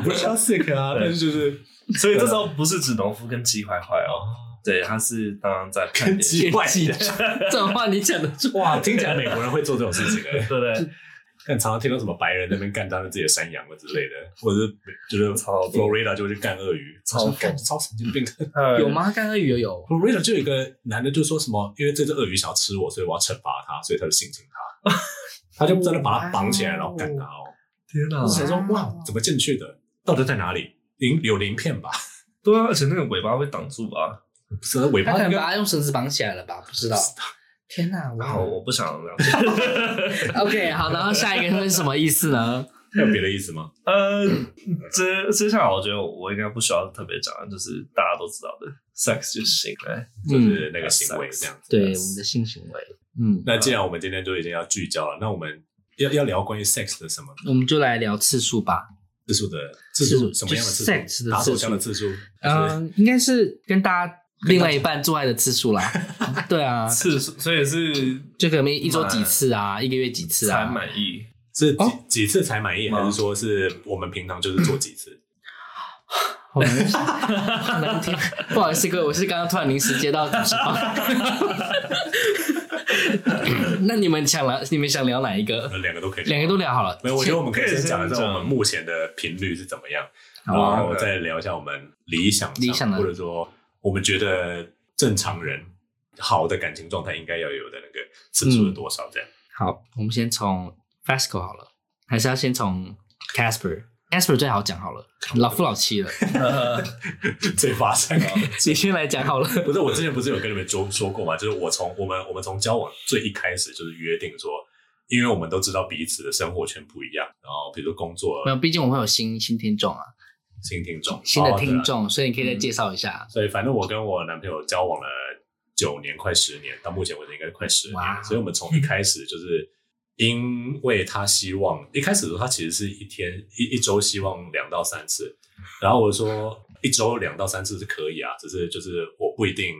Speaker 2: 不是要 sick 啊
Speaker 1: 但
Speaker 2: 是 (laughs) 就是
Speaker 1: (laughs) 所以这时候不是指农夫跟鸡坏坏哦，
Speaker 2: 哦，
Speaker 1: 对，他是当然在判
Speaker 2: 跟
Speaker 1: 别
Speaker 2: 鸡外
Speaker 3: 鸡 (laughs) 这种话你讲得
Speaker 2: (laughs)
Speaker 3: 出？
Speaker 2: 哇，听起来美国人会做这种事情哎、
Speaker 1: 对不对？
Speaker 2: (laughs) 看常常听到什么白人那边干他们自己的山羊了啊之类的，或者是就是
Speaker 1: 超多
Speaker 2: Florida 就会去干鳄鱼，
Speaker 1: 超多
Speaker 2: 我说干超神经病的。
Speaker 3: 有？吗？刚刚有有
Speaker 2: Florida 就有一个男的就说什么，因为这只鳄鱼想要吃我，所以我要惩罚它，所以他就性侵他， (laughs) 他就真的把它绑起来，然后干它哦。
Speaker 1: 天哪
Speaker 2: 我！想说哇，怎么进去的？到底在哪里？鳞有鳞片吧？
Speaker 1: 对啊，而且那个尾巴会挡住吧？
Speaker 2: 不是尾
Speaker 3: 他
Speaker 2: 巴
Speaker 3: 可能
Speaker 2: 应该
Speaker 3: 把它用绳子绑起来了吧？不知道。天哪！
Speaker 1: 然
Speaker 3: 哇
Speaker 1: 后
Speaker 3: 哦
Speaker 1: 我不想了解。
Speaker 3: ，OK，好，然后下一个是什么意思 (laughs) 呢？
Speaker 2: 还有别的意思吗？
Speaker 1: 呃，接接下来我觉得我应该不需要特别讲，就是大家都知道的 sex 就是性爱，
Speaker 2: 就
Speaker 3: 嗯，
Speaker 2: 是那个行为
Speaker 1: Sex
Speaker 2: 这样子。
Speaker 3: 对我们的性行为，嗯，
Speaker 2: 那既然我们今天就已经要聚焦了，那我们要要聊关于 sex 的什么
Speaker 3: 我们就来聊次数吧。
Speaker 2: 次数的次
Speaker 3: 次数
Speaker 2: 数，什么样的次数？
Speaker 3: 就是 sex 的
Speaker 2: 打手
Speaker 3: 次数
Speaker 2: 枪的次数，就是
Speaker 3: 嗯，应该是跟大家另外一半做爱的次数 (laughs) 啦。对啊，
Speaker 1: 次数，所以是啊
Speaker 3: 就可能一周几次啊，一个月几次
Speaker 1: 才
Speaker 3: 啊。
Speaker 1: 满意。
Speaker 2: 是
Speaker 3: 哦
Speaker 2: 几几次才满意，
Speaker 1: 吗
Speaker 2: 还是说是我们平常就是做几次？
Speaker 3: 好难， (laughs) 好难听。不好意思，各位，我是刚刚突然临时接到主持棒。那你们想聊，你们想聊哪一个？
Speaker 2: 呃两个都可以，
Speaker 3: 两个都聊好了。
Speaker 2: 没有，我觉得我们可以先
Speaker 1: 先
Speaker 2: 讲一下
Speaker 1: 讲
Speaker 2: 我们目前的频率是怎么样，
Speaker 3: 好
Speaker 2: 然
Speaker 3: 啊
Speaker 2: 后再聊一下我们理想上
Speaker 3: 理想的
Speaker 2: 或者说我们觉得正常人好的感情状态应该要有的那个次数是多少
Speaker 3: (laughs)
Speaker 2: 这样。
Speaker 3: 好，我们先从 Fasco 好了，还是要先从 Casper？Casper 最好讲好了，老夫老妻了，
Speaker 2: 最发散啊！
Speaker 3: 你先来讲好了。
Speaker 2: 不是，我之前不是有跟你们说说过嘛？就是我从我们我们从交往最一开始就是约定说，因为我们都知道彼此的生活圈不一样，然后比如说工作
Speaker 3: 没、有，毕竟我们有新新听众啊，
Speaker 2: 新听众、
Speaker 3: 新的听
Speaker 2: 哦。对啊
Speaker 3: 众，所以你可以再介绍一下。
Speaker 2: 所以反正我跟我男朋友交往了九年，快十年，到目前为止应该快十
Speaker 3: 哇
Speaker 2: 年。所以我们从一开始就是因为他希望，一开始的时候他其实是一天一一周希望两到三次，然后我说一周两到三次是可以啊，只是就是我不一定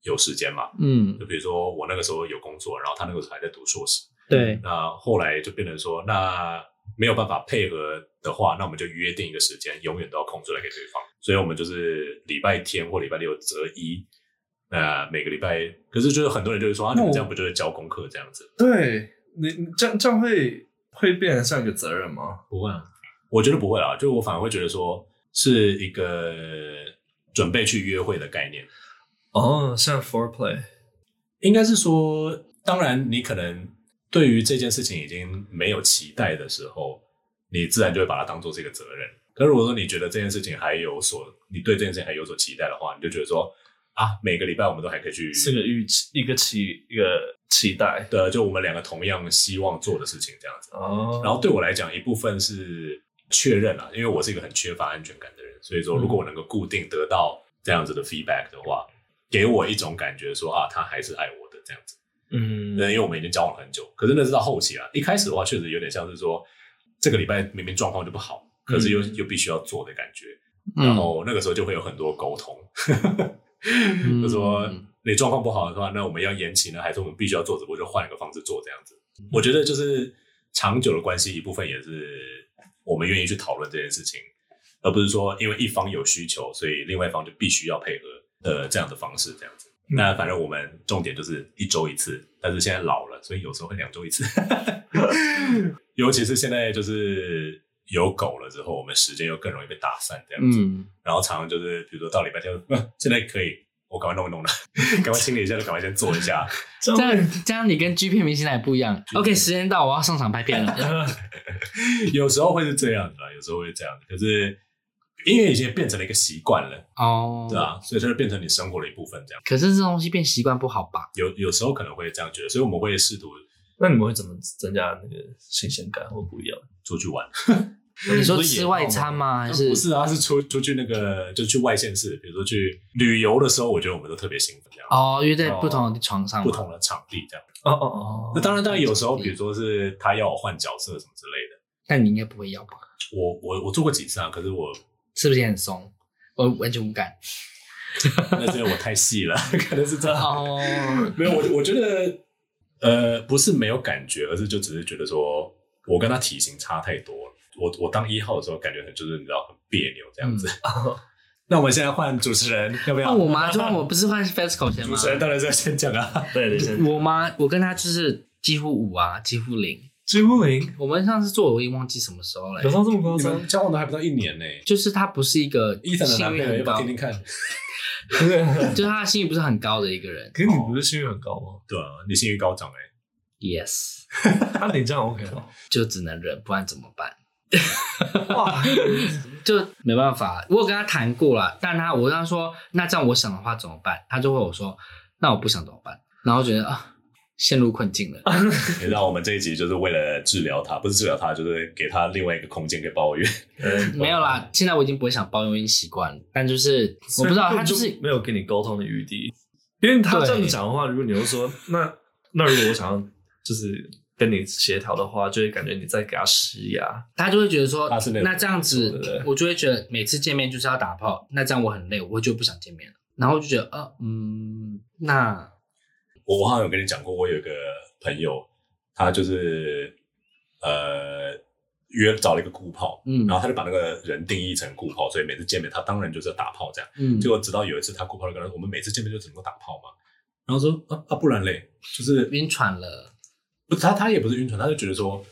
Speaker 2: 有时间嘛。
Speaker 3: 嗯
Speaker 2: 就，比如说我那个时候有工作，然后他那个时候还在读硕士，
Speaker 3: 对，
Speaker 2: 那后来就变成说，那没有办法配合的话，那我们就约定一个时间，永远都要空出来给对方。所以我们就是礼拜天或礼拜六择一，呃，每个礼拜。可是就是很多人就会说，啊，你们这样不就是交功课这样子？
Speaker 1: (laughs) 对你你这样这样会会变得像一个责任吗？
Speaker 2: 不会啊，我觉得不会啊，就是我反而会觉得说是一个准备去约会的概念。
Speaker 1: 哦，像 foreplay，
Speaker 2: 应该是说，当然你可能对于这件事情已经没有期待的时候，你自然就会把它当做是一个责任。可如果说你觉得这件事情还有所，你对这件事情还有所期待的话，你就觉得说啊，每个礼拜我们都还可以去，
Speaker 1: 是个预期，一个期，一个期待。
Speaker 2: 对，就我们两个同样希望做的事情这样子。
Speaker 1: 哦，
Speaker 2: 然后对我来讲，一部分是确认啊，因为我是一个很缺乏安全感的人，所以说
Speaker 1: 嗯
Speaker 2: 如果我能够固定得到这样子的 feedback 的话，给我一种感觉说啊，他还是爱我的这样子。
Speaker 1: 嗯
Speaker 2: 那因为我们已经交往了很久，可是那是到后期了。一开始的话，确实有点像是说，这个礼拜明明状况就不好，可是又、
Speaker 1: 嗯
Speaker 2: 又必须要做的感觉。然
Speaker 3: 嗯，
Speaker 2: 后那个时候就会有很多沟通，
Speaker 3: 嗯
Speaker 2: 就说你状况不好的话，那我们要延期呢，还是我们必须要做，只不过就换一个方式做这样子。我觉得就是长久的关系一部分也是我们愿意去讨论这件事情，而不是说因为一方有需求，所以另外一方就必须要配合呃这样的方式这样子。那反正我们重点就是一周一次，但是现在老了，所以有时候会两周一次。尤其是现在就是有狗了之后，我们时间又更容易被打散这样子。
Speaker 3: 嗯，
Speaker 2: 然后常常就是比如说到礼拜天， (laughs) 呃现在可以，我赶快弄一弄了， (laughs) 赶快清理一下，就赶快先做一下。 (laughs)
Speaker 1: 这
Speaker 3: 这
Speaker 1: 样
Speaker 3: 样这样你跟 G 片明星来不一样。OK，时间到，我要上场拍
Speaker 2: (laughs)
Speaker 3: 片了。
Speaker 2: 啊有时候会是这样子啦，有时候会这样子，可是因为已经变成了一个习惯了，
Speaker 3: 哦，
Speaker 2: 对啊，所以它就变成你生活的一部分。这样
Speaker 3: 可是这东西变习惯不好吧？
Speaker 2: 有有时候可能会这样觉得，所以我们会试图
Speaker 1: 那你们会怎么增加那个新鲜感或不一样？
Speaker 2: 出去玩。啊
Speaker 3: 你说吃外餐吗？还是
Speaker 2: 不是啊，是出出去那个就去外县市，比如说去旅游的时候，我觉得我们都特别兴奋，这样、
Speaker 3: 哦，约在不同的床上吗？
Speaker 2: 不同的场地这样。
Speaker 1: 哦哦哦
Speaker 2: 那当然，当然有时候
Speaker 3: 嗯
Speaker 2: 比如说是他要我换角色什么之类的。
Speaker 3: 但你应该不会要吧？
Speaker 2: 我我我做过几次啊，可是我
Speaker 3: 是不是也很松？我完全无感。
Speaker 2: (laughs) 那是因为我太细了， (laughs) 可能是这样。
Speaker 3: (laughs) 哦，
Speaker 2: 没有，我我觉得，呃，不是没有感觉，而是就只是觉得说，我跟他体型差太多了。我我当一号的时候，感觉很就是你知道很别扭这样子。 (laughs) 那我们现在换主持人，要不要？
Speaker 3: 嗯换我嗯妈，就换我，不是换 FESCO 先
Speaker 2: 主
Speaker 3: 吗？
Speaker 2: 持人当然是要先讲
Speaker 3: (laughs)
Speaker 2: 啊。
Speaker 1: 对对对，
Speaker 3: 我妈，我跟她就是几乎五啊，几乎零。
Speaker 1: 追不灵，
Speaker 3: 我们上次做，我已经忘记什么时候了欸
Speaker 1: 有。到这么夸
Speaker 2: 你
Speaker 1: 张？
Speaker 2: 们交往都还不到一年呢、
Speaker 3: 就是她不是一个
Speaker 2: 伊藤的
Speaker 3: 幸
Speaker 2: 男朋
Speaker 3: 运
Speaker 2: 友，要
Speaker 3: 很
Speaker 2: 不要
Speaker 3: 高
Speaker 2: 听，听看？
Speaker 3: 就是她的幸运不是很高的一个人。
Speaker 1: 可是你不是性欲很高吗？
Speaker 2: 对啊，你性欲高涨哎、
Speaker 3: Yes，
Speaker 1: 那啊你这样 OK
Speaker 3: (laughs)
Speaker 1: 吗？
Speaker 3: 就只能忍，不然怎么办？
Speaker 1: 哇，
Speaker 3: 就没办法。我有跟他谈过了，但他我跟他说，那这样我想的话怎么办？他就会我说，那我不想怎么办？然后觉得啊，陷入困境了。
Speaker 2: 你知道我们这一集就是为了治疗他，不是治疗他，就是给他另外一个空间可以抱怨。
Speaker 1: 呃
Speaker 3: 没有啦，现在我已经不会想抱怨，已经习惯了。但就是我不知道，他就是
Speaker 1: 没有跟你沟通的余地，因为他这样讲的话，如果你又说那那如果我想要就是跟你协调的话，就会感觉你在给他施压。
Speaker 3: 他就会觉得说
Speaker 2: 他是那，种
Speaker 3: 那这样
Speaker 1: 对不
Speaker 3: 子
Speaker 1: 对，
Speaker 3: 我就会觉得每次见面就是要打炮，那这样我很累，我就不想见面了。然后我就觉得，啊，嗯，那
Speaker 2: 我我好像有跟你讲过，我有一个朋友，他就是呃约找了一个顾炮，
Speaker 3: 嗯
Speaker 2: 然后他就把那个人定义成顾炮，所以每次见面他当然就是要打炮这样。
Speaker 3: 嗯
Speaker 2: 结果直到有一次他顾炮就跟他说：“我们每次见面就只能够打炮嘛。”然后说：“啊啊，不然嘞，就是
Speaker 3: 晕船了，
Speaker 2: 不是他他也不是晕船，他就觉得说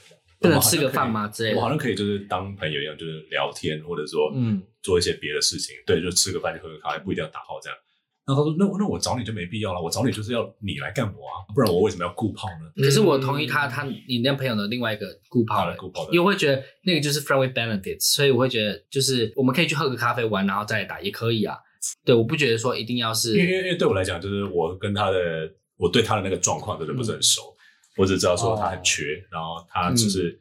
Speaker 3: 不能
Speaker 2: 我好像
Speaker 3: 吃个
Speaker 2: 可以
Speaker 3: 饭吗之类的
Speaker 2: 我好像可以就是当朋友一样，就是聊天或者说
Speaker 3: 嗯
Speaker 2: 做一些别的事情，对，就吃个饭就喝个咖啡，不一定要打炮这样。”然后他说：“那那我找你就没必要了，我找你就是要你来干我啊，不然我为什么要顾炮呢？”
Speaker 3: 可是我同意他，他你那朋友的另外一个顾
Speaker 2: 好
Speaker 3: 跑
Speaker 2: 了，嗯
Speaker 3: 了。
Speaker 2: 顾炮的
Speaker 3: 因为我会觉得那个就是 friend with benefits，所以我会觉得就是我们可以去喝个咖啡玩，然后再来打也可以啊。对，我不觉得说一定要是
Speaker 2: 因为因为因为对我来讲，就是我跟他的，我对他的那个状况真的不
Speaker 1: 嗯
Speaker 2: 是很熟，我只知道说他
Speaker 1: 哦
Speaker 2: 很缺，然后他只
Speaker 1: 嗯
Speaker 2: 是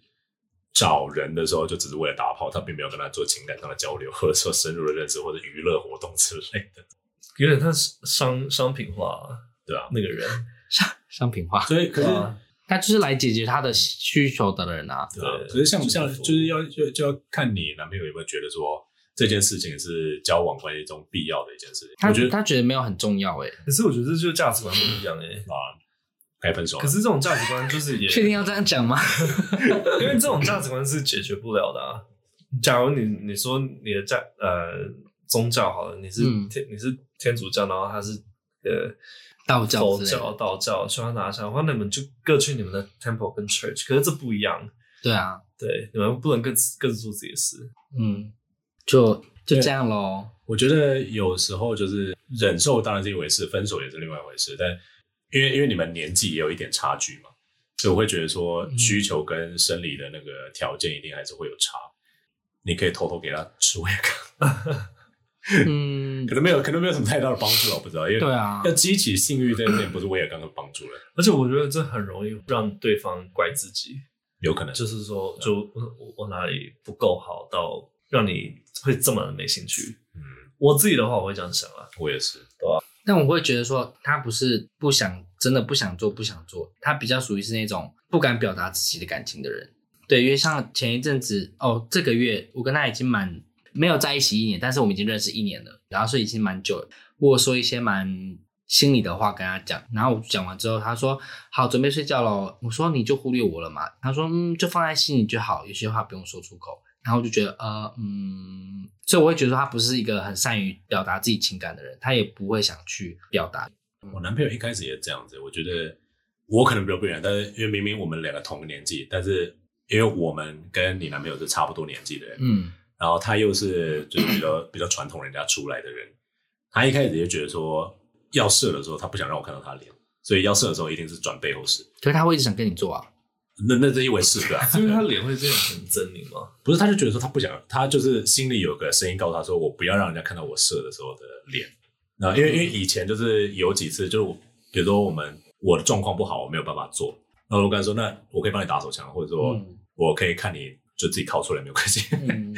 Speaker 2: 找人的时候就只是为了打炮，他并没有跟他做情感上的交流，或者说深入的认识或者娱乐活动之类的，
Speaker 1: 有点像商商品化
Speaker 2: 对啊。
Speaker 1: 那个人，
Speaker 3: 商商品化，
Speaker 2: 所以可是
Speaker 1: 哇
Speaker 3: 他就是来解决他的需求的人啊。
Speaker 2: 对啊
Speaker 1: 对
Speaker 2: 可是像
Speaker 1: 就是
Speaker 2: 像
Speaker 1: 说
Speaker 2: 就是要就就要看你男朋友有没有觉得说这件事情是交往关系中必要的一件事情。
Speaker 3: 他
Speaker 2: 我觉得
Speaker 3: 他觉得没有很重要哎、
Speaker 1: 可是我觉得这就是价值观不一样哎、欸。
Speaker 2: 啊，该分手了
Speaker 1: 可。是这种价值观就是也，
Speaker 3: 确定要这样讲吗？ (laughs)
Speaker 1: (laughs) 因为这种价值观是解决不了的啊。假如你你说你的价呃宗教好了，你是
Speaker 3: 嗯
Speaker 1: 天、你是天主教，然后他是呃
Speaker 3: 道教
Speaker 1: 佛
Speaker 3: 之类的
Speaker 1: 教、道教，希望拿下的话，那你们就各去你们的 temple 跟 church，可是这不一样，
Speaker 3: 对啊，
Speaker 1: 对，你们不能各自各自做自己的事。
Speaker 3: 嗯，就就这样喽。
Speaker 2: 我觉得有时候就是忍受当然是一回事，分手也是另外一回事。但因为因为你们年纪也有一点差距嘛，所以我会觉得说
Speaker 3: 嗯
Speaker 2: 需求跟生理的那个条件一定还是会有差。你可以偷偷给他吃威尔刚， (laughs)
Speaker 3: 嗯
Speaker 2: 可，能没有，可能没有什么太大的帮助，我不知道，因为
Speaker 3: 对啊
Speaker 2: 要，激起性欲这件事情不是威尔刚的帮助了，
Speaker 1: 而且我觉得这很容易让对方怪自己，
Speaker 2: 有可能
Speaker 1: 就是说，就我我我哪里不够好到让你会这么没兴趣。
Speaker 2: 嗯，
Speaker 1: 我自己的话，我会这样想 (laughs) 啊，
Speaker 2: 我也是，
Speaker 3: 但我会觉得说他不是不想，真的不想做，不想做，他比较属于是那种不敢表达自己的感情的人。对，因为像前一阵子哦，这个月我跟他已经蛮没有在一起一年，但是我们已经认识一年了，然后所以已经蛮久了。我有说一些蛮心里的话跟他讲，然后我讲完之后，他说好，准备睡觉咯。我说你就忽略我了嘛？他说嗯，就放在心里就好，有些话不用说出口。然后我就觉得呃嗯，所以我会觉得说他不是一个很善于表达自己情感的人，他也不会想去表达。
Speaker 2: 我男朋友一开始也这样子，我觉得我可能比较不一样，但是因为明明我们两个同个年纪，但是因为我们跟你男朋友是差不多年纪的人，
Speaker 3: 嗯
Speaker 2: 然后他又是就是比较比较传统人家出来的人，他一开始就觉得说要射的时候，他不想让我看到他脸，所以要射的时候一定是转背后射。
Speaker 3: 可是他会一直想跟你做啊。
Speaker 2: 那那这一回事对吧、 (laughs)
Speaker 1: 因为他脸会变得很狰狞嘛。
Speaker 2: 不是，他就觉得说他不想，他就是心里有个声音告诉他说，我不要让人家看到我射的时候的脸。那
Speaker 3: 嗯
Speaker 2: 因为因为以前就是有几次，就是我比如说我们我的状况不好，我没有办法做，然后我跟他说，那我可以帮你打手枪，或者说
Speaker 3: 嗯
Speaker 2: 我可以看你就自己靠出来没有关系。 (laughs)
Speaker 3: 嗯，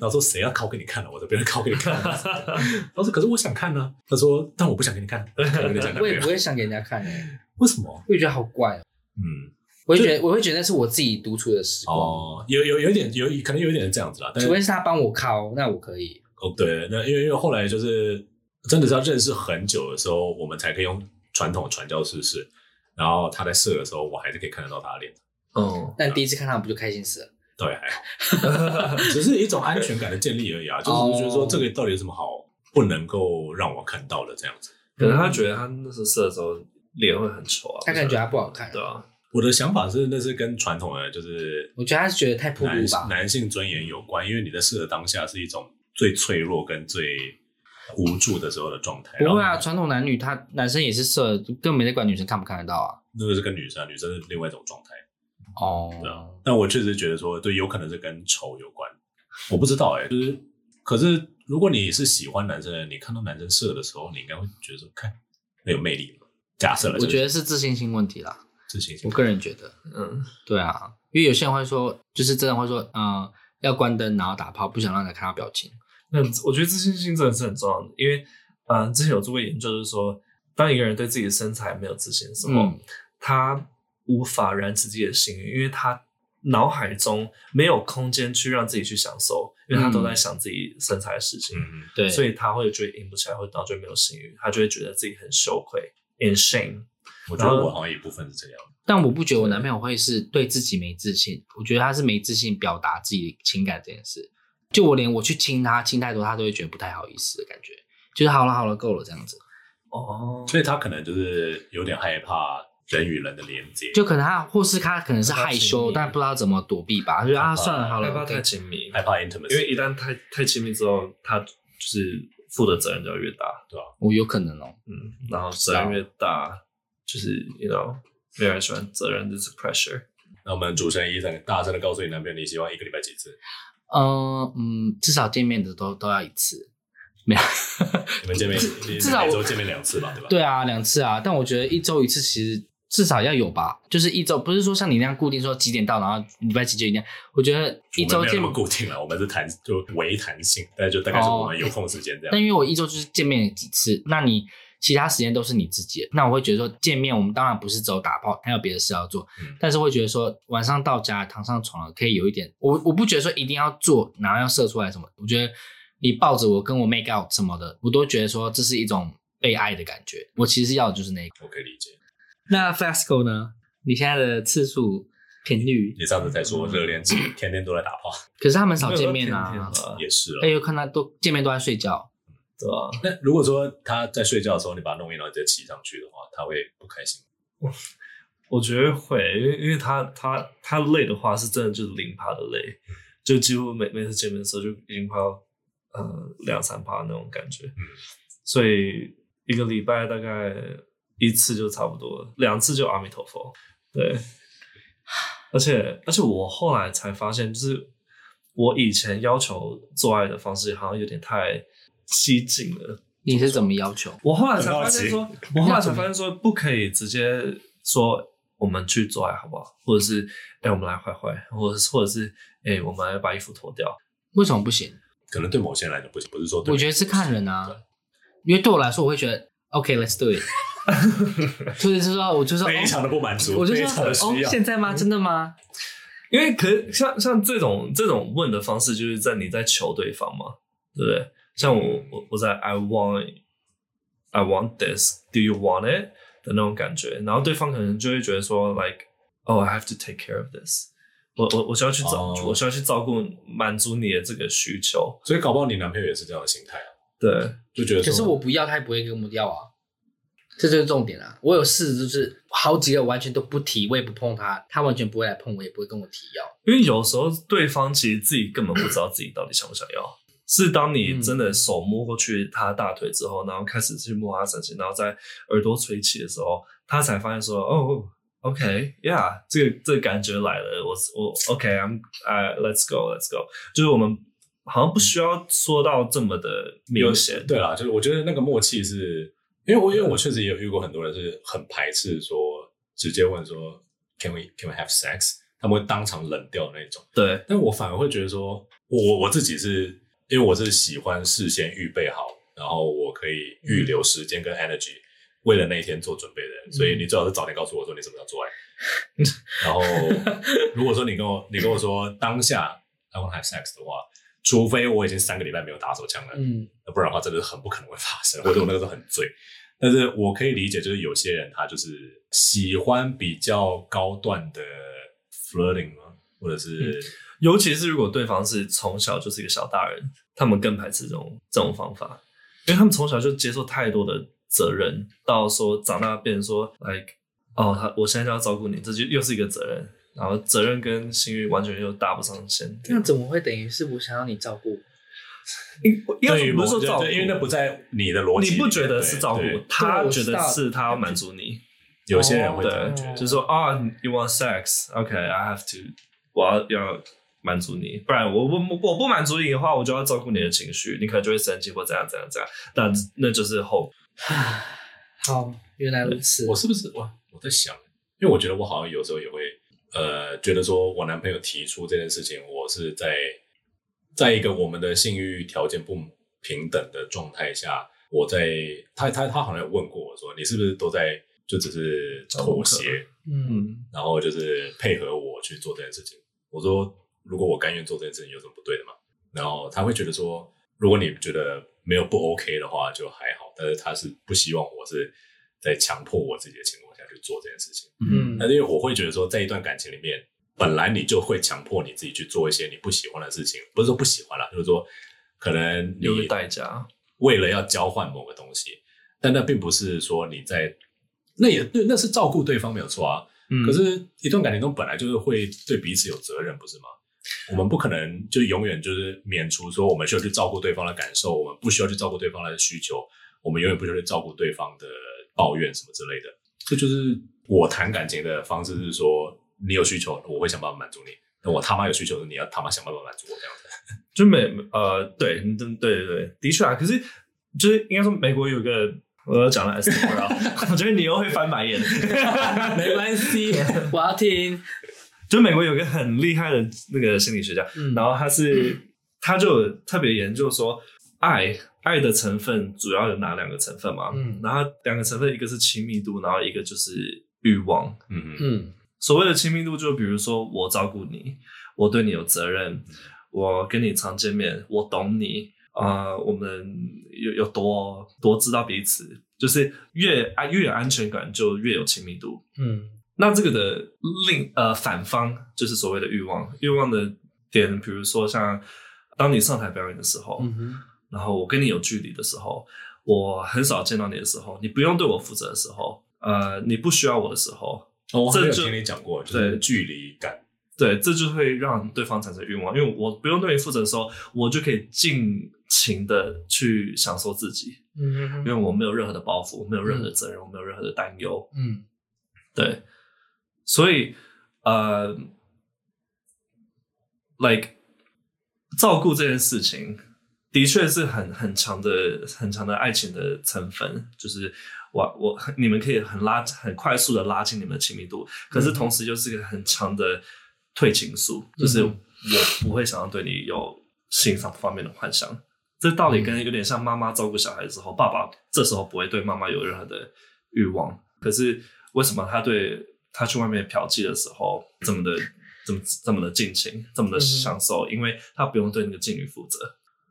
Speaker 2: 然后说谁要拷给你看了、我这边拷给你看、啊。然后说可是我想看呢、他说但我不想给你看，可能你讲男
Speaker 3: 我
Speaker 2: 朋
Speaker 3: 也
Speaker 2: 友
Speaker 3: 不会想给人家看、欸，
Speaker 2: 为什么？
Speaker 3: 我也觉得好怪、哦。
Speaker 2: 嗯，
Speaker 3: 我会觉得，我会觉得那是我自己独处的时光，
Speaker 2: 哦，有有有一点有可能有一点这样子啦，但是
Speaker 3: 除非是他帮我靠，那我可以。
Speaker 2: 哦对，那因为因为后来就是真的是要认识很久的时候，我们才可以用传统的传教士式，然后他在射的时候，我还是可以看得到他的脸，
Speaker 1: 嗯，
Speaker 3: 但第一次看他不就开心死了？
Speaker 2: 对，还好， (laughs) 只是一种安全感的建立而已啊，就是觉得说这
Speaker 3: 哦
Speaker 2: 个到底有什么好不能够让我看到的这样子。
Speaker 1: 可能他觉得他那时候射的时候脸会很丑啊，
Speaker 3: 他可能觉得他不好看
Speaker 1: 对啊，
Speaker 2: 我的想法是，那是跟传统的就是
Speaker 3: 我觉得他是觉得太暴露
Speaker 2: 男
Speaker 3: 吧。
Speaker 2: 男性尊严有关，因为你在试的当下是一种最脆弱跟最无助的时候的状态。
Speaker 3: 不会
Speaker 2: 然
Speaker 3: 啊，
Speaker 2: 后
Speaker 3: 传统男女他男生也是色，根本没在管女生看不看得到啊。
Speaker 2: 那个是跟女生啊，女生是另外一种状态。
Speaker 3: 哦，
Speaker 2: 对啊，但我确实觉得说，对，有可能是跟丑有关，我不知道哎、就是，可是如果你是喜欢男生的人，你看到男生射的时候，你应该会觉得说，看很有魅力嘛。假设了，
Speaker 3: 我觉
Speaker 2: 得
Speaker 3: 得是自信心问题啦，
Speaker 2: 这情形
Speaker 3: 我个人觉得，
Speaker 1: 嗯，
Speaker 3: 对啊，因为有些人会说，就是真的会说，嗯、要关灯然后打炮，不想让人看到表情。
Speaker 1: 那我觉得自信心真的是很重要的，因为嗯、呃之前有做过研究，就是说，当一个人对自己的身材没有自信的时候，
Speaker 3: 嗯
Speaker 1: 他无法燃起自己的性欲，因为他脑海中没有空间去让自己去享受，因为他都在想自己身材的事情，
Speaker 2: 嗯，
Speaker 3: 对，
Speaker 1: 所以他会觉得硬不起来，或者然后就没有性欲，他就会觉得自己很羞愧，in shame。
Speaker 2: 我觉得我好像一部分是这样。
Speaker 3: 但我不觉得我男朋友会是对自己没自信，我觉得他是没自信表达自己情感这件事。就我连我去亲他，亲太多他都会觉得不太好意思的感觉，就是好了好了够了这样子。
Speaker 1: 哦，
Speaker 2: 所以他可能就是有点害怕人与人的连接，
Speaker 3: 就可能他或是他可能是害
Speaker 1: 他是
Speaker 3: 羞，
Speaker 1: 你
Speaker 3: 但不知道怎么躲避吧，他就觉得啊算了好
Speaker 1: 害
Speaker 3: 了
Speaker 1: 怕太
Speaker 3: OK
Speaker 1: 亲密，
Speaker 2: 害怕
Speaker 1: 因为
Speaker 2: intimacy，
Speaker 1: 一旦太太亲密之后，他就是负的责任就要越大，
Speaker 3: 我有可能哦、
Speaker 1: 嗯，然后责任越
Speaker 3: 啊
Speaker 1: 大，就是 you know，没有人喜欢责任，就是 pressure。
Speaker 2: 那我们主持人医生大声的告诉你男朋友，你希望一个礼拜几次？
Speaker 3: 嗯嗯，至少见面的都都要一次，没有。
Speaker 2: 你们见面，你
Speaker 3: 至少
Speaker 2: 每
Speaker 3: 我
Speaker 2: 周见面两次吧，对吧？
Speaker 3: 对啊，两次啊，但我觉得一周一次其实至少要有吧，就是一周，不是说像你那样固定说几点到，然后礼拜几就一定要。我觉得一
Speaker 2: 我
Speaker 3: 周
Speaker 2: 们没有
Speaker 3: 见
Speaker 2: 那，么固定了，啊我们是弹就微弹性，但就大概是
Speaker 3: 哦
Speaker 2: 我们有空时间这样。
Speaker 3: 但因为我一周就是见面几次，那你其他时间都是你自己的，那我会觉得说见面我们当然不是只有打炮，还有别的事要做，
Speaker 2: 嗯
Speaker 3: 但是会觉得说晚上到家躺上床了，可以有一点，我我不觉得说一定要做，然后要射出来什么，我觉得你抱着我跟我 make out 什么的，我都觉得说这是一种被爱的感觉，我其实要的就是那个。
Speaker 2: 我可以理解。
Speaker 3: 那 Fasco 呢？你现在的次数频率，
Speaker 2: 你上次才说热恋期天天都在打炮，
Speaker 3: 可是他们少
Speaker 1: 没有
Speaker 3: 见
Speaker 1: 到
Speaker 3: 面
Speaker 1: 天
Speaker 3: 啊
Speaker 1: 天。吧
Speaker 2: 也是
Speaker 3: 哎
Speaker 2: 了。
Speaker 3: 呦，看他都见面都在睡觉，
Speaker 1: 对啊吧？
Speaker 2: 那如果说他在睡觉的时候你把他弄晕，然后直接骑上去的话，他会不开心吗。
Speaker 1: 我觉得会，因为因为他他他累的话，是真的就是零趴的累，就几乎每每次见面的时候就已经快要呃两三趴那种感觉，所以一个礼拜大概一次就差不多了，两次就阿弥陀佛，对。而且而且我后来才发现，就是我以前要求做爱的方式好像有点太激进了，
Speaker 3: 你是怎么要求？
Speaker 1: 我后来才发现说
Speaker 2: 很，
Speaker 1: 我后来才发现说，不可以直接说我们去做爱好不好，或者是哎、我们来坏坏，或者是或者是哎、我们来把衣服脱掉。
Speaker 3: 为什么不行？
Speaker 2: 可能对某些人来讲不行，不是说对
Speaker 3: 我觉得是看人啊，因为对我来说，我会觉得 OK，let's、do it，就是
Speaker 2: (laughs)
Speaker 3: 说，我就说，
Speaker 2: 非常的不满
Speaker 3: 哦
Speaker 2: 足，
Speaker 3: 我就
Speaker 2: 非
Speaker 3: 说
Speaker 2: 常的
Speaker 3: 哦
Speaker 2: 需，要。嗯
Speaker 3: 现在吗？真的吗？
Speaker 1: 因为可是像像这种这种问的方式，就是在你在求对方嘛，对不对？像我我我在 I want I want this, do you want it 的那种感觉，然后对方可能就会觉得说 like oh I have to take care of this，我我我需要去照、
Speaker 2: 哦
Speaker 1: 我需要去照顾满足你的这个需求，
Speaker 2: 所以搞不好你男朋友也是这样的心态啊，
Speaker 1: 对，
Speaker 2: 就觉得
Speaker 3: 可
Speaker 2: 说
Speaker 3: 是我不要，他也不会跟我要啊，这就是重点啊。我有试，就是好几个完全都不提，我也不碰他，他完全不会来碰我，也不会跟我提要。
Speaker 1: 因为有时候对方其实自己根本不知道自己到底想不想要。是当你真的手摸过去他大腿之后，然后开始去摸他身体，然后在耳朵吹气的时候，他才发现说：“哦，OK，Yeah，、这个这个感觉来了。我我 OK，I'm、呃 l e t s go，Let's go。”就是我们好像不需要说到这么的明显，
Speaker 2: 对啦，就是我觉得那个默契是，因为我因为我确实也有遇过很多人是很排斥说直接问说 Can we Can we have sex？他们会当场冷掉那种。
Speaker 1: 对
Speaker 2: 但我反而会觉得说，我我我自己是因为我是喜欢事先预备好，然后我可以预留时间跟 energy，、为了那一天做准备的人。所以你最好是早点告诉我说你什么时候做爱。然后如果说你跟我你跟我说当下 I want to have sex 的话，除非我已经三个礼拜没有打手枪了，
Speaker 3: 嗯，
Speaker 2: 那不然的话真的是很不可能会发生。或者我那个时候很醉，但是我可以理解，就是有些人他就是喜欢比较高段的 flirting 吗？或者是、
Speaker 1: 尤其是如果对方是从小就是一个小大人，他们更排斥这种这种方法，因为他们从小就接受太多的责任，到说长大变成说，like，哦，他我现在就要照顾你，这就又是一个责任，然后责任跟性欲完全又搭不上线。
Speaker 3: 那怎么会等于是我想要你照顾？
Speaker 1: 因因
Speaker 2: 对
Speaker 1: 为
Speaker 2: 于
Speaker 1: 不
Speaker 2: 我
Speaker 1: 是说照顾，
Speaker 2: 对因为那不在你的逻辑里
Speaker 1: 你
Speaker 2: 面，
Speaker 1: 不觉得是照顾
Speaker 2: 对对，
Speaker 1: 他
Speaker 3: 对我
Speaker 1: 觉
Speaker 3: 知
Speaker 1: 得
Speaker 3: 道
Speaker 1: 是他要满足你，
Speaker 2: 有些人会这
Speaker 1: 哦对
Speaker 2: 样觉得，，
Speaker 1: 就是说啊，you want sex，OK，I、have to，我要要满足你，不然我不我我不满足你的话，我就要照顾你的情绪，你可能就会生气或怎样怎样怎样，那那就是后
Speaker 3: 好，原来如此
Speaker 2: 我是不是我我在想，因为我觉得我好像有时候也会呃，觉得说我男朋友提出这件事情，我是在在一个我们的性欲条件不平等的状态下，我在他他他好像有问过我说，你是不是都在就只是妥协，
Speaker 3: 嗯，
Speaker 1: 嗯，
Speaker 2: 然后就是配合我去做这件事情？我说如果我甘愿做这件事情，有什么不对的吗？然后他会觉得说，如果你觉得没有不 OK 的话，就还好，但是他是不希望我是在强迫我自己的情况下去做这件事情。
Speaker 3: 嗯
Speaker 2: 那因为我会觉得说，在一段感情里面，本来你就会强迫你自己去做一些你不喜欢的事情，不是说不喜欢啦，就是说可能
Speaker 1: 有个
Speaker 2: 你
Speaker 1: 代价，
Speaker 2: 为了要交换某个东西，但那并不是说你在，那也那那是照顾对方没有错啊。
Speaker 1: 嗯
Speaker 2: 可是，一段感情中本来就是会对彼此有责任，不是吗？我们不可能就永远就是免除说我们需要去照顾对方的感受，我们不需要去照顾对方的需求，我们永远不需要去照顾对方的抱怨什么之类的。这就是我谈感情的方式，是说你有需求，我会想办法满足你；那我他妈有需求，你要他妈想办法满足我这样子。
Speaker 1: 就美呃，对，你真对对对，的确啊。可是就是应该说，美国有一个我要讲了 S 啊， (laughs) 我觉得你又会翻白眼。 (laughs)
Speaker 3: (laughs) 没关系，我要听。
Speaker 1: 就美国有一个很厉害的那个心理学家，
Speaker 3: 嗯
Speaker 1: 然后他是他就有特别研究说，爱爱的成分主要有哪两个成分嘛？
Speaker 3: 嗯
Speaker 1: 然后两个成分，一个是亲密度，然后一个就是欲望。
Speaker 2: 嗯嗯
Speaker 3: 嗯
Speaker 1: 所谓的亲密度，就比如说我照顾你，我对你有责任，我跟你常见面，我懂你，啊，我们有有多多知道彼此，就是越安越有安全感，就越有亲密度。
Speaker 3: 嗯
Speaker 1: 那这个的另呃反方就是所谓的欲望，欲望的点，比如说像当你上台表演的时候，
Speaker 3: 嗯哼
Speaker 1: 然后我跟你有距离的时候，我很少见到你的时候，你不用对我负责的时候，呃，你不需要我的时候，
Speaker 2: 哦，我好像有
Speaker 1: 这就
Speaker 2: 听你讲过，就是
Speaker 1: 对
Speaker 2: 距离感。
Speaker 1: 对，这就会让对方产生欲望，因为我不用对你负责的时候，我就可以尽情的去享受自己，
Speaker 3: 嗯哼
Speaker 1: 因为我没有任何的包袱，我没有任何的责任，我没有任何的担忧，
Speaker 3: 嗯
Speaker 1: 对，所以呃，like 照顾这件事情，的确是很很强的、很强的爱情的成分，就是我我你们可以很拉很快速的拉近你们的亲密度，可是同时又是一个很强的退情素，就是我不会想要对你有性上方面的幻想。这道理跟有点像妈妈照顾小孩的时候，爸爸这时候不会对妈妈有任何的欲望，可是为什么他对他去外面嫖妓的时候这么的？这么这么的尽情，这么的
Speaker 3: 嗯哼
Speaker 1: 享受，因为他不用对那个妓女负责。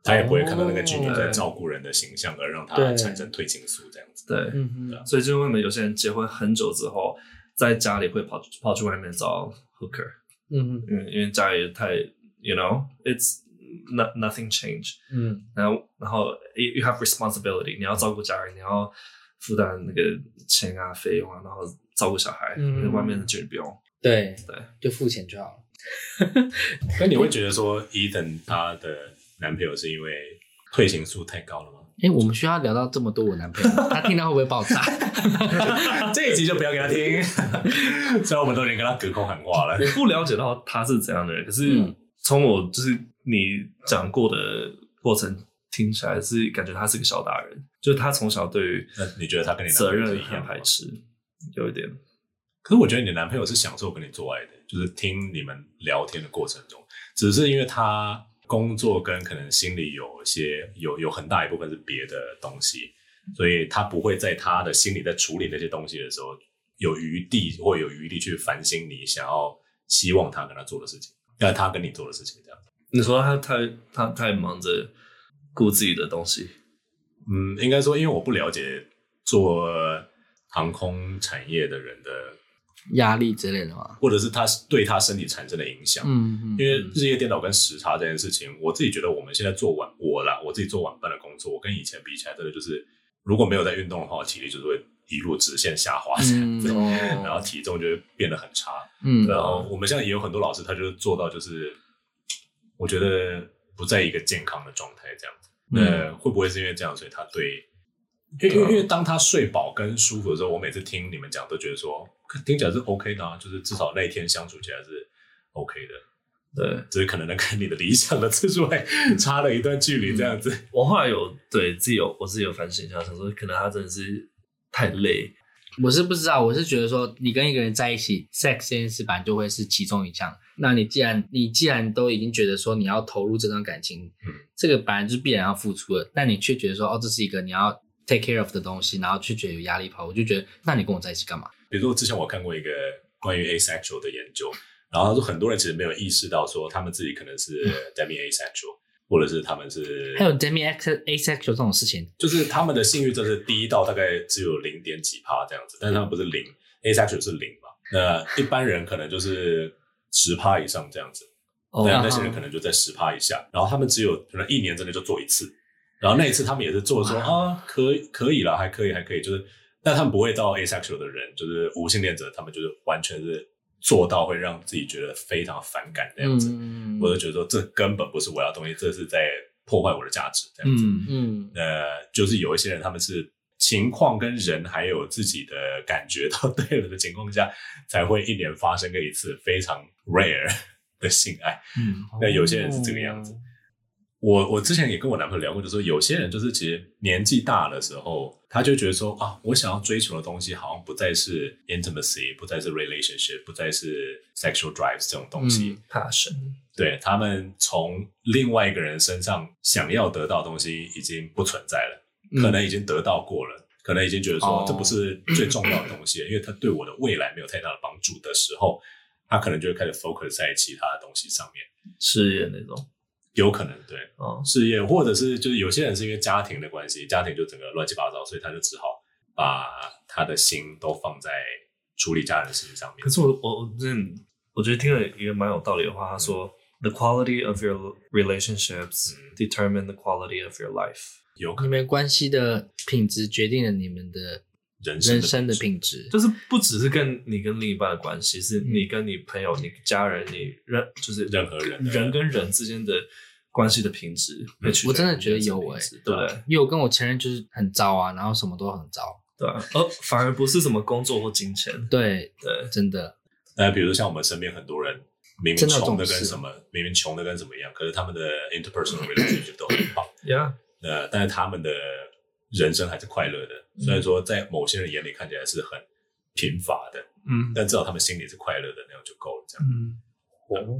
Speaker 2: 他也不会看到那个妓女
Speaker 1: 哦
Speaker 2: 在照顾人的形象，而让他
Speaker 3: 对
Speaker 2: 产生退情素这样子。
Speaker 1: 对，
Speaker 3: 嗯哼
Speaker 1: 所以就是为什么有些人结婚很久之后，在家里会跑跑去外面找 hooker，
Speaker 3: 嗯哼
Speaker 1: 因为因为家里太，you know it's not nothing change，
Speaker 3: 嗯
Speaker 1: 然后然后 you you have responsibility，你要照顾家人，你要负担那个钱啊费用啊，然后照顾小孩，
Speaker 3: 嗯
Speaker 1: 因为外面的就不用。
Speaker 3: 对
Speaker 1: 对，
Speaker 3: 就付钱就好了。
Speaker 2: 那你会觉得说，Ethan 她的男朋友是因为退情素太高了吗？
Speaker 3: (laughs)
Speaker 2: (laughs)
Speaker 3: 哎，我们需要聊到这么多，我男朋友他听到会不会爆炸？
Speaker 2: 这一集就不要给他听， (laughs) 虽然我们都已经跟他隔空喊话了。
Speaker 1: 我不了解到他是怎样的人，可是
Speaker 3: 嗯
Speaker 1: 从我就是你讲过的过程听起来，是感觉他是个小大人，就是他从小对于
Speaker 2: 那你觉得他跟你男
Speaker 1: 责
Speaker 2: 朋友是
Speaker 1: 任
Speaker 2: 一样
Speaker 1: 很
Speaker 2: 的吗
Speaker 1: 排？斥，有一点。
Speaker 2: 可是我觉得你男朋友是享受跟你做爱的，就是听你们聊天的过程中，只是因为他工作跟可能心里有一些有有很大一部分是别的东西，所以他不会在他的心里在处理那些东西的时候有余地或有余力去反省你想要希望他跟他做的事情，要他跟你做的事情这样。
Speaker 1: 你说他太他太忙着顾自己的东西，
Speaker 2: 嗯，应该说，因为我不了解做航空产业的人的，
Speaker 3: 压力之类的吗？
Speaker 2: 或者是他对他身体产生的影响。
Speaker 3: 嗯
Speaker 2: 因为日夜颠倒跟时差这件事情，我自己觉得我们现在做晚我啦，我自己做晚班的工作，我跟以前比起来，真的就是如果没有在运动的话，我体力就是会一路直线下滑，
Speaker 3: 嗯
Speaker 2: 对
Speaker 3: 哦
Speaker 2: (laughs) 然后体重就会变得很差。
Speaker 3: 嗯
Speaker 2: 然后我们现在也有很多老师，他就是做到就是，我觉得不在一个健康的状态这样子。那会不会是因为这样，所以他对？嗯啊因为因为因为当他睡饱跟舒服的时候，我每次听你们讲都觉得说，听起来是 OK 的、啊，就是至少那一天相处起来是 OK 的。
Speaker 1: 对
Speaker 2: 只是可能能跟你的理想的次数还 (laughs) 差了一段距离，这样子。
Speaker 3: 嗯
Speaker 1: 我后来有对自己有我自己有反省一下，想说可能他真的是太累，
Speaker 3: 我是不知道，我是觉得说，你跟一个人在一起，sex 这件事本来就会是其中一项。那你既然你既然都已经觉得说你要投入这段感情，
Speaker 2: 嗯
Speaker 3: 这个本来就是必然要付出的，但你却觉得说，哦，这是一个你要 take care of 的东西，然后却觉得有压力跑，我就觉得，那你跟我在一起干嘛？
Speaker 2: 比如说，之前我看过一个关于 asexual 的研究，然后他说很多人其实没有意识到说他们自己可能是 demi asexual，或者是他们是
Speaker 3: 嗯还有 demi ax- asexual 这种事情，
Speaker 2: 就是他们的性欲就是低到大概只有零点几帕这样子，但是他们不是零，asexual 是零嘛？那一般人可能就是十帕以上这样子，
Speaker 1: 哦
Speaker 3: 啊
Speaker 2: 啊但那些人可能就在十帕以下，然后他们只有可能一年真的就做一次，然后那一次他们也是做说啊，可以可以了，还可以还可以，就是但他们不会到 asexual 的人，就是无性恋者，他们就是完全是做到会让自己觉得非常反感这样子，
Speaker 3: 嗯
Speaker 2: 我就觉得说这根本不是我要的东西，这是在破坏我的价值这样子。
Speaker 1: 嗯，
Speaker 3: 嗯，
Speaker 2: 呃，就是有一些人他们是情况跟人还有自己的感觉都对了的情况下，才会一年发生个一次非常 rare 的性爱。
Speaker 1: 嗯
Speaker 2: 那有些人是这个样子。我我之前也跟我男朋友聊过，就说有些人就是其实年纪大的时候，他就觉得说啊，我想要追求的东西好像不再是 intimacy，不再是 relationship，不再是 sexual drives 这种东西，
Speaker 3: 嗯
Speaker 1: 怕生，
Speaker 2: 对他们从另外一个人身上想要得到的东西已经不存在了，
Speaker 3: 嗯
Speaker 2: 可能已经得到过了，可能已经觉得说
Speaker 3: 哦
Speaker 2: 这不是最重要的东西，因为它对我的未来没有太大的帮助的时候，他可能就会开始 focus 在其他的东西上面，
Speaker 1: 事业那种，
Speaker 2: 有可能对
Speaker 1: 哦，
Speaker 2: 事业，或者是就是有些人是因为家庭的关系，家庭就整个乱七八糟，所以他就只好把他的心都放在处理家人的事情上面
Speaker 1: 可。是我我我真的我觉得听了一个蛮有道理的话，他说。The quality of your relationships
Speaker 2: 嗯
Speaker 1: determine the quality of your life。
Speaker 2: 有可
Speaker 3: 嗯你
Speaker 2: 能
Speaker 3: 们关系的品质决定了你们的
Speaker 2: 人生
Speaker 3: 人生的
Speaker 2: 品质
Speaker 3: 品质。
Speaker 1: 就是不只是跟你跟另一半的关系，是你跟你朋友、你家人、你人就是
Speaker 2: 任何人的
Speaker 1: 人跟人之间的关系的品质
Speaker 2: 嗯
Speaker 1: 会取决于
Speaker 3: 我真的觉得有
Speaker 1: 哎、
Speaker 3: 哎、
Speaker 1: 对不对？
Speaker 3: 因为我跟我前任就是很糟啊，然后什么都很糟。
Speaker 1: 对啊，而反而不是什么工作或金钱，
Speaker 3: 对，
Speaker 1: 对，
Speaker 3: 真的，
Speaker 2: 那呃比如像我们身边很多人，明明
Speaker 3: 真的有这
Speaker 2: 穷的
Speaker 3: 种
Speaker 2: 跟
Speaker 3: 事
Speaker 2: 什么，明明穷的跟什么一样，可是他们的 interpersonal relationship 都很棒，
Speaker 1: 呀、
Speaker 2: 呃，但是他们的人生还是快乐的。
Speaker 3: 嗯
Speaker 2: 虽然说在某些人眼里看起来是很贫乏的，
Speaker 1: 嗯
Speaker 2: 但至少他们心里是快乐的，那样就够了。这样。
Speaker 1: 嗯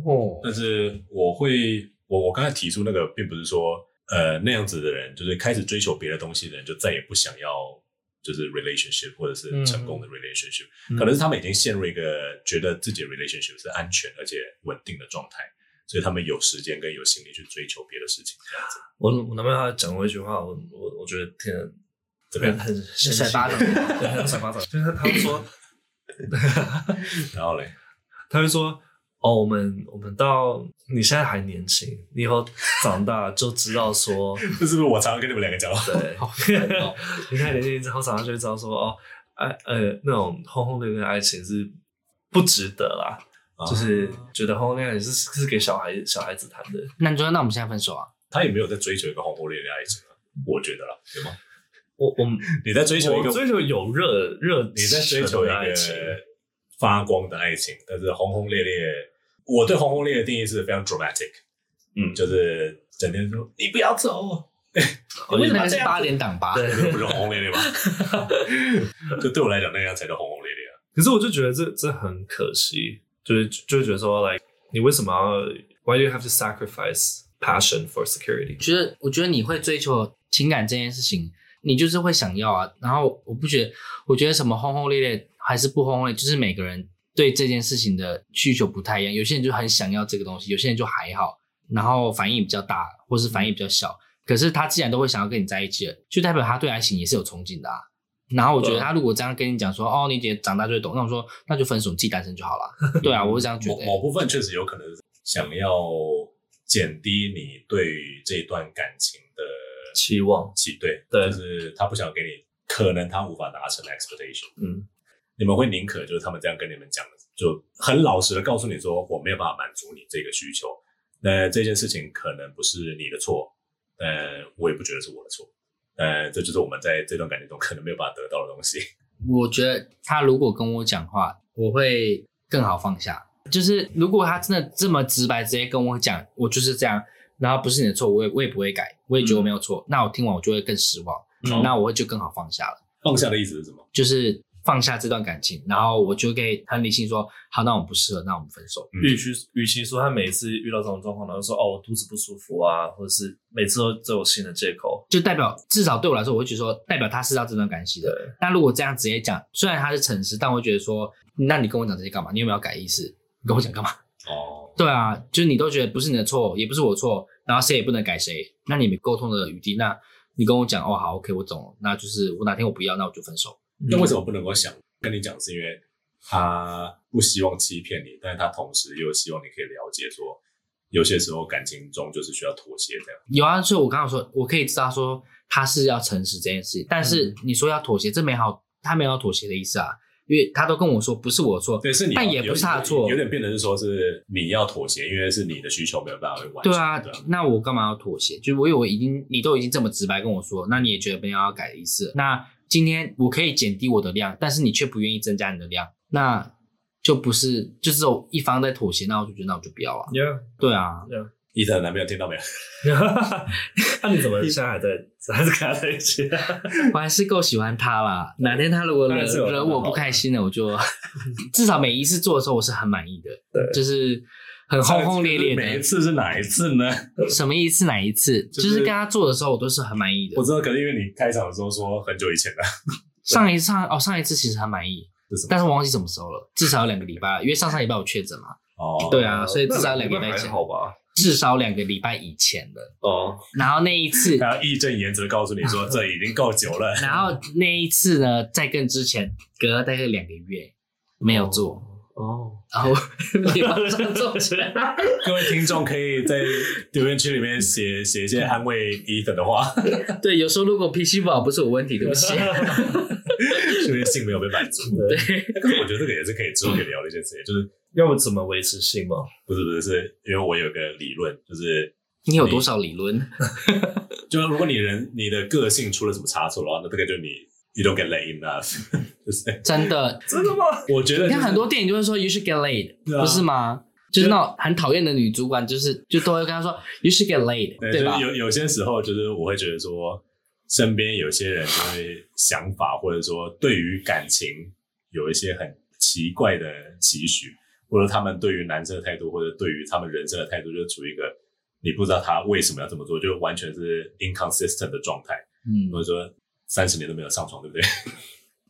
Speaker 3: 哦
Speaker 2: 但是我会，我我刚才提出那个，并不是说，呃，那样子的人就是开始追求别的东西的人，就再也不想要就是 relationship 或者是成功的 relationship，、
Speaker 1: 嗯
Speaker 2: 可能是他们已经陷入一个觉得自己的 relationship 是安全而且稳定的状态，所以他们有时间跟有心力去追求别的事情，这样子
Speaker 1: 我我男朋友他讲过一句话，我我我觉得天啊
Speaker 2: 怎么样？
Speaker 1: 很很神
Speaker 3: 就甩
Speaker 1: 奇
Speaker 3: 巴掌，
Speaker 1: 对，很甩巴
Speaker 2: (laughs)
Speaker 1: 掌，就是他说。
Speaker 2: 然后嘞，
Speaker 1: 他就说：“哦，我们我们到你现在还年轻，你以后长大就知道
Speaker 2: (laughs)
Speaker 1: 说，
Speaker 2: 这是不是我常常跟你们两个讲话？
Speaker 1: 对，
Speaker 3: 好烦哦
Speaker 1: (laughs) 你现在年轻之后长大就会知道说，哦，爱呃那种轰轰烈烈的爱情是不值得啦，(laughs)
Speaker 2: 啊
Speaker 1: 就是觉得轰轰烈烈是是给小孩小孩子谈的。
Speaker 3: 那你说，那我们现在分手啊？
Speaker 2: 他也没有在追求一个轰轰烈烈的爱情啊，我觉得啦，有吗？
Speaker 1: 我我
Speaker 2: 你在追求一个
Speaker 1: 我追求有热热，
Speaker 2: 你在追求一
Speaker 1: 的
Speaker 2: 个
Speaker 1: 爱情，
Speaker 2: 发光的爱情，但是轰轰烈烈，我对轰轰烈烈的定义是非常 dramatic，
Speaker 1: 嗯，
Speaker 2: 就是整天说你不要 (laughs) 走，哦
Speaker 1: 我
Speaker 3: 为
Speaker 1: 觉
Speaker 3: 什
Speaker 1: 得
Speaker 3: 么哦那个是八连档吧？
Speaker 1: 对
Speaker 2: 那。个不是轰轰烈烈吗？ (laughs) 就对我来讲，那样才叫轰轰烈烈啊。
Speaker 1: 可是我就觉得这这很可惜，就是就觉得说，like 你为什么要，why do you have to sacrifice passion for security？
Speaker 3: 我觉得，我觉得你会追求情感这件事情，你就是会想要啊。然后我不觉得，我觉得什么轰轰烈烈还是不轰轰烈，就是每个人对这件事情的需求不太一样。有些人就很想要这个东西，有些人就还好，然后反应比较大，或是反应比较小。可是他既然都会想要跟你在一起了，就代表他对爱情也是有憧憬的啊。然后我觉得
Speaker 1: 对啊
Speaker 3: 他如果这样跟你讲说，哦，你姐长大就会懂，那我说那就分手，你自己单身就好了。对啊，我是这样觉得
Speaker 1: (laughs)
Speaker 2: 某、某部分确实有可能想要减低你对于这段感情的
Speaker 1: 期望，
Speaker 2: 期对，
Speaker 1: 对
Speaker 2: 就是他不想给你，可能他无法达成的 expectation。
Speaker 1: 嗯，
Speaker 2: 你们会宁可就是他们这样跟你们讲的，就很老实的告诉你说，我没有办法满足你这个需求。那这件事情可能不是你的错，呃，我也不觉得是我的错，呃，这就是我们在这段感情中可能没有办法得到的东西。 (laughs)
Speaker 3: 我觉得他如果跟我讲话，我会更好放下。就是如果他真的这么直白，直接跟我讲，我就是这样，然后不是你的错，我也我也不会改，我也觉得我没有错，那我听完我就会更失望，
Speaker 1: 嗯
Speaker 3: 那我会就更好放下了，
Speaker 2: 放下的意思是什么？
Speaker 3: 就是放下这段感情，然后我就可以很理性说，好，那我们不适合，那我们分手。
Speaker 2: 嗯
Speaker 1: 与其与其说他每次遇到这种状况，然后说哦我肚子不舒服啊，或者是每次都都有新的借口，
Speaker 3: 就代表至少对我来说，我会觉得说，代表他是要这段关系的。那如果这样直接讲，虽然他是诚实，但我会觉得说，那你跟我讲这些干嘛？你有没有要改意思？你跟我讲干嘛？
Speaker 2: 哦，
Speaker 3: 对啊，就是你都觉得不是你的错，也不是我错，然后谁也不能改谁，那你没沟通的余地，那你跟我讲哦好，OK，我懂了，那就是我哪天我不要，那我就分手。
Speaker 2: 那为什么不能够想跟你讲？是因为他不希望欺骗你，但是他同时又希望你可以了解说，有些时候感情中就是需要妥协这样。
Speaker 3: 有啊，所以我刚刚说，我可以知道说他是要诚实这件事，但是你说要妥协，这没好，他没有要妥协的意思啊，因为他都跟我说不是我错，
Speaker 2: 对，是你要，
Speaker 3: 但也不是他的错
Speaker 2: 有点变成是说是你要妥协，因为是你的需求没有办法被完成。
Speaker 3: 对啊，那我干嘛要妥协？就是我以为我已经你都已经这么直白跟我说，那你也觉得没有要改的意思了。那今天我可以减低我的量，但是你却不愿意增加你的量，那就不是就只有一方在妥协，那我就觉得那我就不要啊。
Speaker 1: Yeah， (laughs)
Speaker 3: 对啊，
Speaker 2: 伊藤的男朋友听到没有？
Speaker 1: 那你怎么 (laughs) 现在还在还是跟他在一起？啊
Speaker 3: 我还是够喜欢他啦。哪天他如果
Speaker 1: 当
Speaker 3: 惹
Speaker 1: 然是有
Speaker 3: 惹
Speaker 1: 很好
Speaker 3: 我
Speaker 1: 的
Speaker 3: 不开心了，我就至少每一次做的时候我是很满意的，
Speaker 1: 对
Speaker 3: (laughs) 就是很 (laughs) 轰轰烈
Speaker 2: (laughs)
Speaker 3: 烈
Speaker 2: 每一
Speaker 3: 的。
Speaker 2: 次是哪一次
Speaker 3: (laughs)
Speaker 2: 呢？
Speaker 3: 什么意思？哪一次？
Speaker 2: 就
Speaker 3: 就是是跟他做的时候，我都是很满意的
Speaker 2: 我。知道，可是因为你开场的时候说很久以前了，
Speaker 3: 上一上哦，上一次其实很满意，
Speaker 2: 是什么？
Speaker 3: 但是我忘记什么时候了，至少有两个礼拜，因为上上礼拜我确诊嘛，
Speaker 2: 哦，
Speaker 3: 对啊，所以至少两个礼
Speaker 1: 那
Speaker 3: 拜
Speaker 1: 还
Speaker 3: 前，
Speaker 1: 好吧？
Speaker 3: 至少两个礼拜以前了。
Speaker 1: 哦，
Speaker 3: 然后那一次，
Speaker 2: 他要义正言辞的告诉你
Speaker 3: (laughs)
Speaker 2: 说，这已经够久了。
Speaker 3: 然后那一次呢，在更之前隔了大概两个月没有做，
Speaker 1: 哦，
Speaker 3: 然后 (laughs) 也马上做起来。
Speaker 2: 各位听众可以在留言区里面写写一些安慰伊藤的
Speaker 3: (laughs)
Speaker 2: 话，
Speaker 3: (laughs) 对，有时候如果脾气不好，不是我问题，对不 (laughs) 起。
Speaker 2: 是因为性没有被满足。
Speaker 1: 对，
Speaker 2: (laughs) 可是我觉得这个也是可以之后可以聊的一件事情，就是
Speaker 1: 要我怎么维持性吗？
Speaker 2: 不是不是是因为我有个理论，就是
Speaker 3: 你有多少理论？
Speaker 2: 就是如果你人你的个性出了什么差错的话，那这个就是你 you don't get laid enough，就是 (laughs)
Speaker 3: (laughs) 真的，
Speaker 1: 真的吗？
Speaker 2: 我觉得
Speaker 3: 你
Speaker 2: 就
Speaker 3: 看
Speaker 2: 是
Speaker 3: 很多电影就会说 you should get laid，
Speaker 2: 对啊
Speaker 3: 不是吗？就是那种很讨厌的女主管，就是就都会跟她说 you should get laid，
Speaker 2: 对，
Speaker 3: 对
Speaker 2: 就
Speaker 3: 吧
Speaker 2: 是？有有些时候，就是我会觉得说，身边有些人就会想法，或者说对于感情有一些很奇怪的期许，或者他们对于男生的态度，或者对于他们人生的态度，就处于一个你不知道他为什么要这么做，就完全是 inconsistent 的状态，
Speaker 3: 嗯
Speaker 2: 或者说三十年都没有上床，对不对？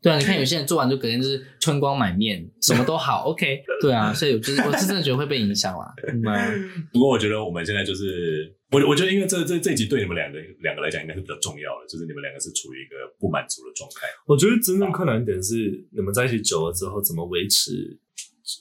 Speaker 3: 对啊，你看有些人做完就隔天就是春光满面，什么都好
Speaker 1: (laughs)
Speaker 3: ，OK。对啊，所以我就是我是真的觉得会被影响啦。嗯，
Speaker 2: 不过我觉得我们现在就是，我我觉得因为这这这集对你们两个两个来讲应该是比较重要的，就是你们两个是处于一个不满足的状态。
Speaker 1: (laughs) 我觉得真正困难点是你们在一起久了之后，怎么维持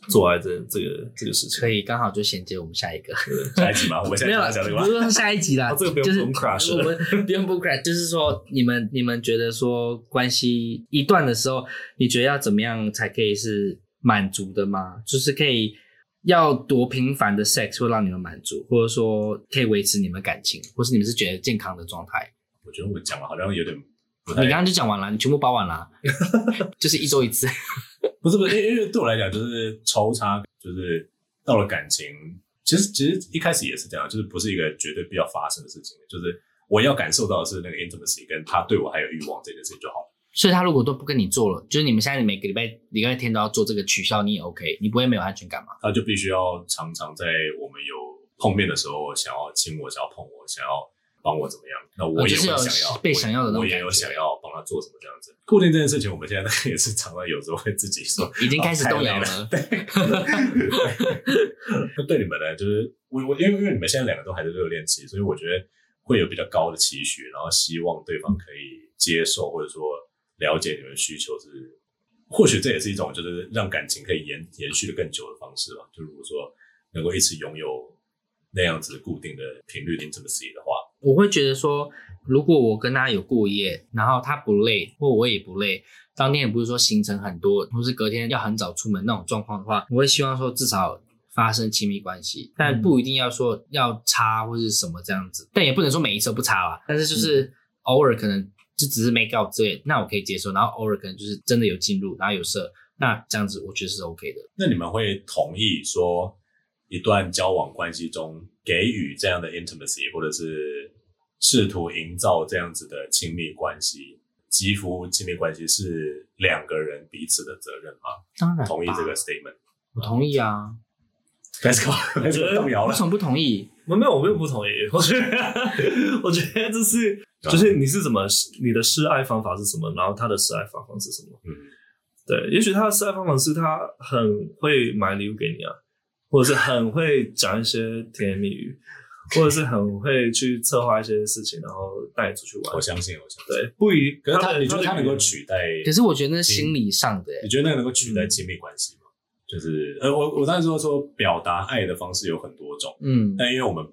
Speaker 1: 做爱这这个这个事情
Speaker 3: 可？以刚好就衔接我们下一个，
Speaker 2: 下一集嘛，我们现
Speaker 3: 没
Speaker 2: 在
Speaker 3: 有
Speaker 2: 就
Speaker 3: 啦
Speaker 2: 要讲这个吗
Speaker 3: 不？是说下一集啦，
Speaker 1: 哦这个不用
Speaker 3: 就是
Speaker 1: 不用 crush (laughs)
Speaker 3: 我们不用不 crush，就是说你们你们觉得说关系一段的时候，你觉得要怎么样才可以是满足的吗？就是可以要多频繁的 sex 会让你们满足，或者说可以维持你们感情，或是你们是觉得健康的状态？
Speaker 2: 我觉得我讲的好像有点不
Speaker 3: 你
Speaker 2: 太
Speaker 3: 刚，刚就讲完了，你全部包完
Speaker 2: (laughs)
Speaker 3: 了，啊就是一周一次。
Speaker 2: 不是不是，因为因为对我来讲就是抽插，就是到了感情，其实其实一开始也是这样，就是不是一个绝对必要发生的事情，就是我要感受到的是那个 intimacy 跟他对我还有欲望这件事情就好了。
Speaker 3: 所以他如果都不跟你做了，就是你们现在每个礼拜礼拜天都要做这个取消，你也 OK，你不会没有安全感吗？
Speaker 2: 他就必须要常常在我们有碰面的时候，想要亲我，想要碰我，想要帮我怎么样，那我
Speaker 3: 呃
Speaker 2: 也
Speaker 3: 就
Speaker 2: 会
Speaker 3: 是有
Speaker 2: 想要
Speaker 3: 被想要的那
Speaker 2: 我
Speaker 3: 种
Speaker 2: 也我也有
Speaker 3: 感觉
Speaker 2: 想要帮他做什么这样子。固定这件事情，我们现在 (laughs) 也是常常有时候会自己说，
Speaker 3: 已经开始动摇
Speaker 2: 哦太累
Speaker 3: (laughs) 了。
Speaker 2: 那对你们呢，就是我我因为因为你们现在两个都还在热恋期，所以我觉得会有比较高的期许，然后希望对方可以接受或者说了解你们的需求是，或许这也是一种就是让感情可以延延续的更久的方式吧。就如果说能够一直拥有那样子固定的频率 intimacy 的话，
Speaker 3: 我会觉得说，如果我跟他有过夜，然后他不累，或我也不累，当天也不是说行程很多，或是隔天要很早出门那种状况的话，我会希望说至少发生亲密关系，但不一定要说要插或是什么这样子，但也不能说每一次都不插啦，但是就是偶尔可能就只是 make out 之类，那我可以接受，然后偶尔可能就是真的有进入，然后有射，那这样子我觉得是 OK 的。
Speaker 2: 那你们会同意说，一段交往关系中给予这样的 intimacy，或者是试图营造这样子的亲密关系，肌肤亲密关系是两个人彼此的责任吗？
Speaker 3: 当然，
Speaker 2: 同意这个，statement？
Speaker 3: 我同意啊，
Speaker 2: 啊 Let's (laughs) go，Let's go，动摇
Speaker 3: 为
Speaker 2: 了
Speaker 3: 什。么不同意？
Speaker 1: 没没有，我并不同意。我觉得，我觉得这是
Speaker 2: 啊
Speaker 1: 就是你是怎么你的示爱方法是什么，然后他的示爱方法是什么？
Speaker 2: 嗯，
Speaker 1: 对，也许他的示爱方法是他很会买礼物给你啊，或者是很会讲一些甜言蜜语，或者是很会去策划一些事情，然后带你出去玩
Speaker 2: 我。相信，我相信。
Speaker 1: 对，不一，
Speaker 2: 可是他，
Speaker 1: 的
Speaker 2: 你觉得他能够？取代？
Speaker 3: 可是我觉得那是心理上的、
Speaker 2: 你
Speaker 3: 欸，
Speaker 2: 觉得那个能够取代亲密关系吗？就是，呃，我我当时说说表达爱的方式有很多种，
Speaker 3: 嗯，
Speaker 2: 但因为我们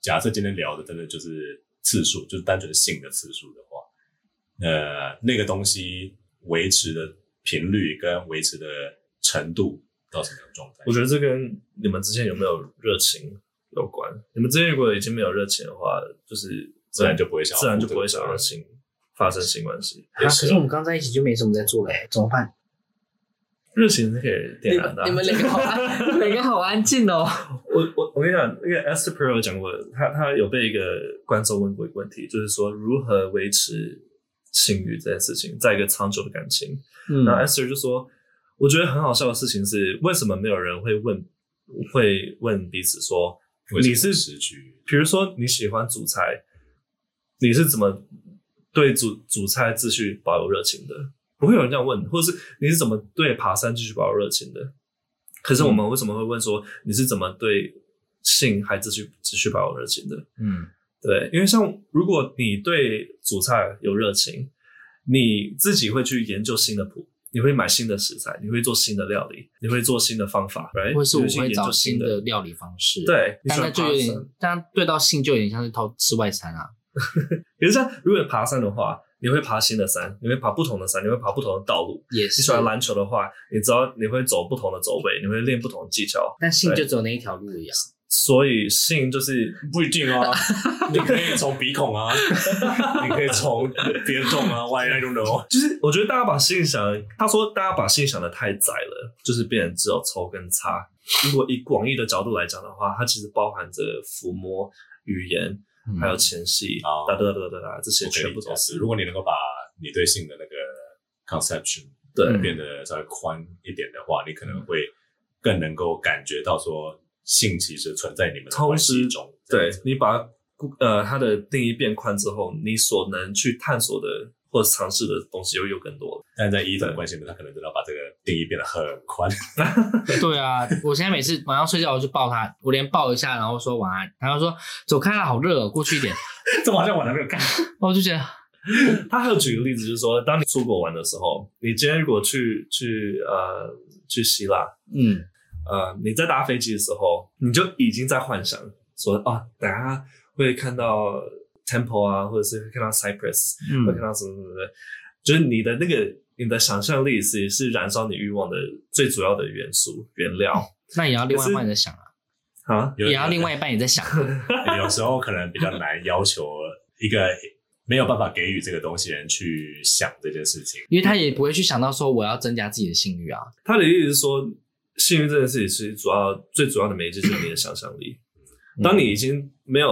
Speaker 2: 假设今天聊的真的就是次数，就是单纯性的次数的话，呃，那个东西维持的频率跟维持的程度到什么样的状态？
Speaker 1: 我觉得这跟你们之前有没有热情有关。你们之前如果已经没有热情的话，就是
Speaker 2: 自然就不会想要
Speaker 1: 自然就
Speaker 2: 负这
Speaker 1: 不
Speaker 2: 个
Speaker 1: 会想
Speaker 2: 责
Speaker 1: 要
Speaker 2: 任
Speaker 1: 性发生性关系。
Speaker 4: 啊，可是我们刚在一起就没什么在做了、
Speaker 3: 哎
Speaker 4: 欸，怎么办？
Speaker 1: 热情是可以
Speaker 3: 你
Speaker 1: 点燃
Speaker 3: 们
Speaker 1: 的、啊
Speaker 3: (laughs) 你们两个好安，你们两个好安静哦。
Speaker 1: (laughs) 我我我跟你讲，那个 Esther Perel 讲过，他他有被一个观众问过一个问题，就是说如何维持性欲这件事情，在一个长久的感情。
Speaker 3: 嗯
Speaker 1: 然后 Esther 就说，我觉得很好笑的事情是，为什么没有人会问会问彼此说，
Speaker 2: 为什么
Speaker 1: 你是
Speaker 2: 时局
Speaker 1: 比如说你喜欢煮菜，你是怎么对煮煮菜继续保有热情的？不会有人这样问，或是你是怎么对爬山继续保有热情的？可是我们为什么会问说你是怎么对性还继续继续保有热情的？
Speaker 3: 嗯，
Speaker 1: 对，因为像如果你对煮菜有热情，你自己会去研究新的谱，你会买新的食材，你会做新的料理，你会做新的方法，right?
Speaker 3: 或是我
Speaker 1: 你去
Speaker 3: 会
Speaker 1: 研
Speaker 3: 找
Speaker 1: 究
Speaker 3: 新
Speaker 1: 新
Speaker 3: 的料理方式，，
Speaker 1: 对，你
Speaker 3: 但
Speaker 1: 喜
Speaker 3: 那
Speaker 1: 欢
Speaker 3: 就
Speaker 1: 爬
Speaker 3: 有
Speaker 1: 山。
Speaker 3: 点，但对到性就有点像是偷吃外餐啊。
Speaker 1: 可是像如果爬山的话，你会爬新的山，你会爬不同的山，你会爬不同的道路。
Speaker 3: 也
Speaker 1: 你
Speaker 3: 是
Speaker 1: 喜，欢篮球的话，你知道你会走不同的走位，你会练不同的技巧。
Speaker 3: 但性就只有那一条路啊一样。
Speaker 1: 所以性就是
Speaker 2: 不一定啊， (laughs) 你可以从鼻孔啊，你可以从别的洞
Speaker 1: (laughs)
Speaker 2: 啊，Why I don't know。
Speaker 1: 就是，我觉得大家把性想，他说大家把性想的太窄了，就是变成只有抽跟擦。如果以广义的角度来讲的话，它其实包含着抚摸、语言，
Speaker 3: 嗯
Speaker 1: 还有前戏，
Speaker 2: 哦
Speaker 1: 哒哒哒哒哒哒，这些
Speaker 2: 我可以
Speaker 1: 全部
Speaker 2: 理解
Speaker 1: 都是。
Speaker 2: 如果你能够把你对性的那个 conception
Speaker 1: 对
Speaker 2: 变得稍微宽一点的话，你可能会更能够感觉到说性其实存在你们的
Speaker 1: 同
Speaker 2: 关
Speaker 1: 时
Speaker 2: 系中。这
Speaker 1: 对
Speaker 2: 样子
Speaker 1: 你把呃它的定义变宽之后，你所能去探索的或尝试的东西又又更多了。
Speaker 2: 但在一种关系里面，他可能真的把这个定义变得很宽。 (laughs)
Speaker 3: 对啊，我现在每次晚上睡觉我就抱他， (laughs) 我连抱一下，然后说晚安，然后说走开了，好热、哦，过去一点。
Speaker 2: 这么好像我男朋友干，
Speaker 3: 我就觉得
Speaker 1: 他还有举个例子，就是说，当你出国玩的时候，你今天如果去去呃去希腊，
Speaker 3: 嗯，
Speaker 1: 呃，你在搭飞机的时候，你就已经在幻想说啊，等下会看到 Temple 啊，或者是会看到 Cyprus，、
Speaker 3: 嗯
Speaker 1: 会看到什么什么的，就是你的那个你的想象力是是燃烧你欲望的最主要的元素原料
Speaker 3: 那也要另外一半在想啊，
Speaker 1: 啊。
Speaker 2: 有
Speaker 3: 也要另外一半也在想。啊
Speaker 2: 有时候可能比较难要求一个没有办法给予这个东西的人去想这件事情。
Speaker 3: 因为他也不会去想到说我要增加自己的性欲啊，
Speaker 1: 他的意思是说，幸运这件事情是主要最主要的媒介就是你的想象力。
Speaker 3: 嗯
Speaker 1: 当你已经没有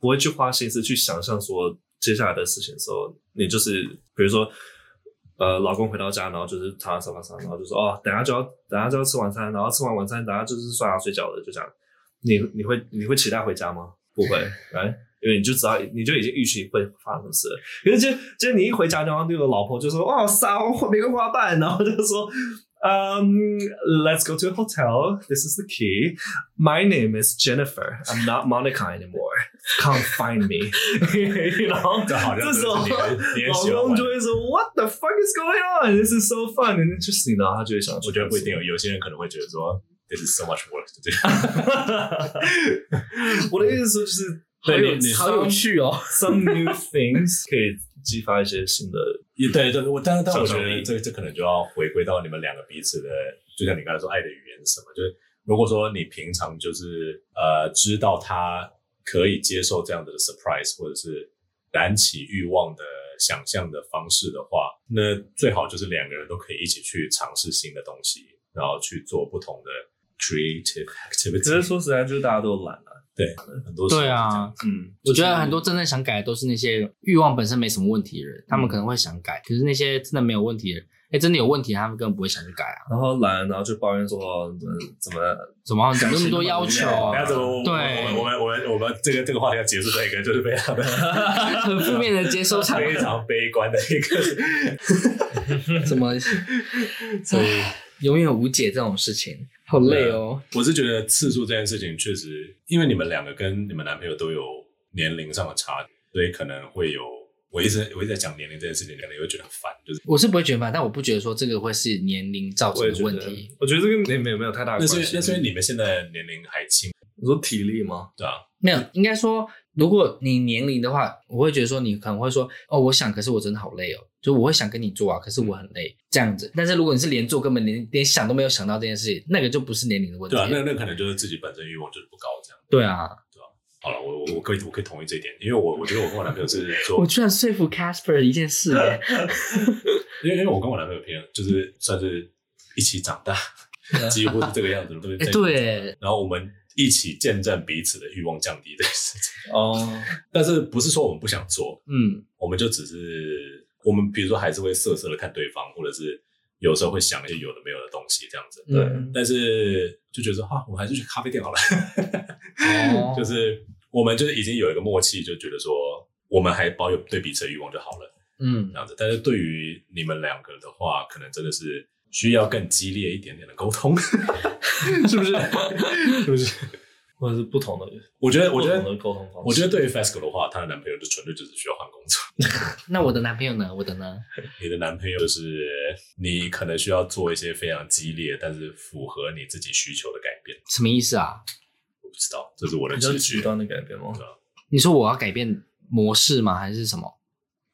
Speaker 1: 不会去花心思去想象说接下来的事情的时候，你就是比如说，呃，老公回到家，然后就是躺在沙发上，然后就说哦，等下就要等下就要吃晚餐，然后吃完晚餐，等下就是刷牙睡觉了，就这样。你你会你会期待回家吗？不会，来。因为你就知道，你就已经预期会发生什么事了。可是今天今天你一回家，然后那个老婆就说：“哦，撒玫瑰花瓣。”然后就说：“Um, let's go to a hotel. This is the key. My name is Jennifer. I'm not Monica anymore. Come find me. 然后
Speaker 2: 这好像
Speaker 1: 这时
Speaker 2: 是
Speaker 1: 候
Speaker 2: 你很你很喜欢
Speaker 1: 老公
Speaker 2: 玩的
Speaker 1: 就会说 What the fuck is going on? This is so fun and interesting. 然后他就会想，
Speaker 2: 我觉得不一定，有，有些人可能会觉得说 this is so much work，对，
Speaker 1: (laughs) 我的意思说就是
Speaker 2: 好有
Speaker 1: 对你
Speaker 3: 好有趣
Speaker 1: (laughs)
Speaker 3: 哦。
Speaker 1: ，some new things 可以激发一些新的。
Speaker 2: 也对对，我但但我觉
Speaker 1: 想象
Speaker 2: 得
Speaker 1: 力
Speaker 2: 这这可能就要回归到你们两个彼此的，就像你刚才说爱的语言是什么，就是如果说你平常就是呃知道他可以接受这样子的 surprise，或者是燃起欲望的想象的方式的话，那最好就是两个人都可以一起去尝试新的东西，然后去做不同的 creative
Speaker 1: 只是
Speaker 2: activity。
Speaker 1: 说实在，就是大家都懒了。
Speaker 2: 很多时候
Speaker 3: 对
Speaker 2: 是这
Speaker 3: 啊
Speaker 2: 样，，
Speaker 1: 嗯，
Speaker 3: 我觉得很多真正想改的都是那些欲望本身没什么问题的人，他
Speaker 1: 嗯
Speaker 3: 们可能会想改，可是那些真的没有问题的人，哎，真的有问题，他们根本不会想去改啊。
Speaker 1: 然后懒，然后就抱怨说哦怎么怎么
Speaker 3: 怎么有那么多要求？
Speaker 2: 等哎下怎么？我
Speaker 3: 对
Speaker 2: 我们我们我们这个这个话题要结束在一个就是非
Speaker 3: (laughs)
Speaker 2: 常的
Speaker 3: 啊很负面的接
Speaker 1: (laughs)
Speaker 3: 收场，
Speaker 2: 非常悲观的一
Speaker 1: (laughs)
Speaker 2: 个
Speaker 3: 怎么？
Speaker 2: 所以
Speaker 3: 永远无解这种事情，好累
Speaker 1: 啊
Speaker 3: 哦。
Speaker 2: 我是觉得次数这件事情确实，因为你们两个跟你们男朋友都有年龄上的差距，所以可能会有。我一直我一直在讲年龄这件事情，可能会觉得很烦，就是
Speaker 3: 我是不会觉得烦，但我不觉得说这个会是年龄造
Speaker 1: 我
Speaker 3: 成
Speaker 1: 也
Speaker 3: 的
Speaker 1: 觉
Speaker 3: 问
Speaker 1: 得
Speaker 3: 题。，
Speaker 1: 我觉得这跟年龄有没有太大
Speaker 2: 那
Speaker 1: 的
Speaker 2: 所
Speaker 1: 关
Speaker 2: 以
Speaker 1: 系。
Speaker 2: 那所以你们现在年龄还轻，
Speaker 1: 你说体力吗？
Speaker 2: 对啊吧？
Speaker 3: 没有，应该说，如果你年龄的话，我会觉得说你可能会说，哦，我想，可是我真的好累哦，就我会想跟你做啊，可是我很累这样子。但是如果你是连做根本连连想都没有想到这件事情，那个就不是年龄的问题。
Speaker 2: 对啊，那那可能就是自己本身欲望就是不高这样。
Speaker 3: 对啊
Speaker 2: 好了，我我我可以我可以同意这一点，因为我我觉得我跟我男朋友是
Speaker 3: 我
Speaker 2: 说，
Speaker 3: 居然说服 Casper 一
Speaker 1: (laughs)
Speaker 3: 件事哎耶，
Speaker 2: 因为因为我跟我男朋友平常就是算是一起长大，几乎是这个样子，对对
Speaker 3: 哎、对，
Speaker 2: 然后我们一起见证彼此的欲望降低的事情，
Speaker 1: 哦，
Speaker 2: (laughs) 但是不是说我们不想做，
Speaker 3: 嗯，
Speaker 2: 我们就只是我们比如说还是会瑟瑟的看对方，或者是有时候会想一些有的没有的东西这样子，
Speaker 1: 对
Speaker 3: 嗯
Speaker 2: 但是就觉得说啊，我还是去咖啡店好了。
Speaker 3: 哦
Speaker 2: 就是我们就是已经有一个默契，就觉得说我们还保有对彼此的欲望就好了，
Speaker 3: 嗯
Speaker 2: 这，样子。但是对于你们两个的话，可能真的是需要更激烈一点点的沟通， (laughs) 是 (laughs) 不是？是不是？
Speaker 1: 或者是 (laughs) 不同的，
Speaker 2: 我觉得，我觉
Speaker 1: 不同
Speaker 2: 得
Speaker 1: 的，沟通方式。
Speaker 2: 我觉得对于 FESCO 的话，她的男朋友就纯粹就只需要换工作。
Speaker 3: 那我的男朋友呢？我的呢？
Speaker 2: 你的男朋友就是你可能需要做一些非常激烈，但是符合你自己需求的改变。
Speaker 3: 什么意思啊？
Speaker 2: 我不知道，这是我的
Speaker 1: 比较
Speaker 2: 直
Speaker 1: 极
Speaker 2: 觉。
Speaker 1: 端的改变吗？
Speaker 3: 你说我要改变模式吗？还是什么？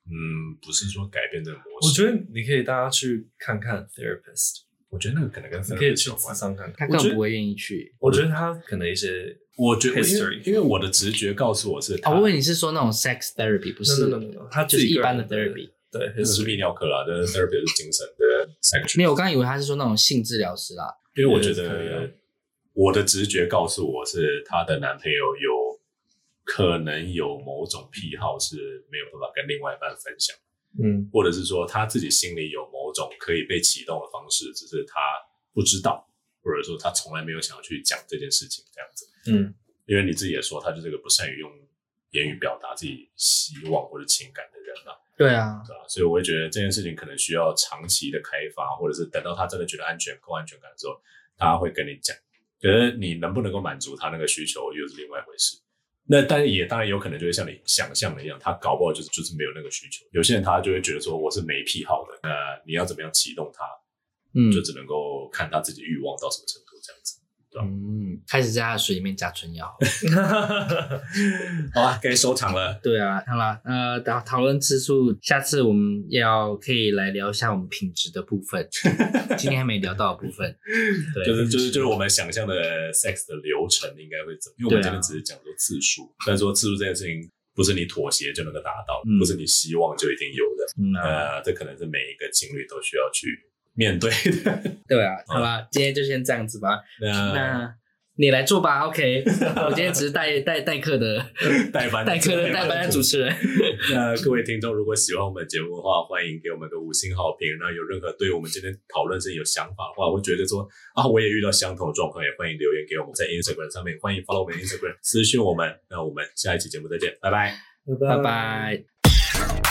Speaker 2: 嗯，不是说改变这个模式，
Speaker 1: 我觉得你可以大家去看看 therapist，
Speaker 2: 我觉得那个可能跟
Speaker 1: 你可以
Speaker 2: therapist
Speaker 1: 去
Speaker 2: 有关
Speaker 1: 网上看
Speaker 3: 他
Speaker 1: 看。我
Speaker 3: 根
Speaker 1: 觉
Speaker 3: 本
Speaker 1: 得
Speaker 3: 不会愿意去。
Speaker 1: 我觉得他可能一些
Speaker 2: 我觉得，因为
Speaker 1: History
Speaker 2: 因为我的直觉告诉我是他，
Speaker 3: 啊，我问你是说那种 sex therapy 不是
Speaker 1: no, no, no, no, 他自
Speaker 3: 就是
Speaker 1: 己
Speaker 3: 一
Speaker 1: 个人
Speaker 3: 般的
Speaker 1: 的
Speaker 3: therapy。
Speaker 1: 对
Speaker 2: 这是
Speaker 1: history
Speaker 2: 泌尿科啦，但是 therapy 是精神的 section，
Speaker 3: 没有，我刚刚以为他是说那种性治疗师啦。
Speaker 2: 因为我觉
Speaker 1: 对对
Speaker 2: 得
Speaker 1: 对
Speaker 2: 我的直觉告诉我是她的男朋友有可能有某种癖好是没有办法跟另外一半分享，
Speaker 1: 嗯，
Speaker 2: 或者是说他自己心里有某种可以被启动的方式，只是他不知道，或者说他从来没有想要去讲这件事情这样子。
Speaker 1: 嗯， (laughs)
Speaker 2: 因为你自己也说，他就是个不善于用言语表达自己希望或者情感的人啦。
Speaker 3: 对啊，
Speaker 2: 对啊，所以我会觉得这件事情可能需要长期的开发，或者是等到他真的觉得安全够安全感的时候，他会跟你讲。可是你能不能够满足他那个需求，又是另外一回事。那但也当然有可能就会像你想象的一样，他搞不好就是就是没有那个需求。有些人他就会觉得说我是没癖好的，那你要怎么样启动他，
Speaker 3: 嗯
Speaker 2: 就只能够看他自己欲望到什么程度这样子。
Speaker 3: 嗯，开始在他的水里面加春
Speaker 2: (laughs)
Speaker 3: 药。
Speaker 2: 好吧，该收场了。
Speaker 3: 对啊，好啦，呃，讨讨论次数，下次我们要可以来聊一下我们品质的部
Speaker 2: (laughs)
Speaker 3: 分，今天还没聊到的部分。对，
Speaker 2: 就是就是就是我们想象的 sex 的流程应该会怎么？因为我们
Speaker 3: 对啊
Speaker 2: 今天只是讲说次数，但说次数这件事情不是你妥协就能够达到，
Speaker 3: 嗯
Speaker 2: 不是你希望就一定有的。
Speaker 3: 嗯啊，
Speaker 2: 呃，这可能是每一个情侣都需要去面对
Speaker 3: (laughs)
Speaker 2: 的。
Speaker 3: 对啊，好啦，今天就先这样子吧。
Speaker 2: 那
Speaker 3: 那你来做吧，OK。我
Speaker 2: (laughs)
Speaker 3: 今天只是代代代课的
Speaker 2: 代班
Speaker 3: 代课的代班的主持
Speaker 2: (laughs)
Speaker 3: 人。
Speaker 2: 那各位听众，如果喜欢我们的节目的话，欢迎给我们个五星好评。那有任何对我们今天讨论是有想法的话，我觉得说啊，我也遇到相同的状况，也欢迎留言给我们在 Instagram 上面，欢迎 follow 我们呃的 Instagram 私讯我们。那我们下一期节目再见，拜拜。
Speaker 3: 拜拜。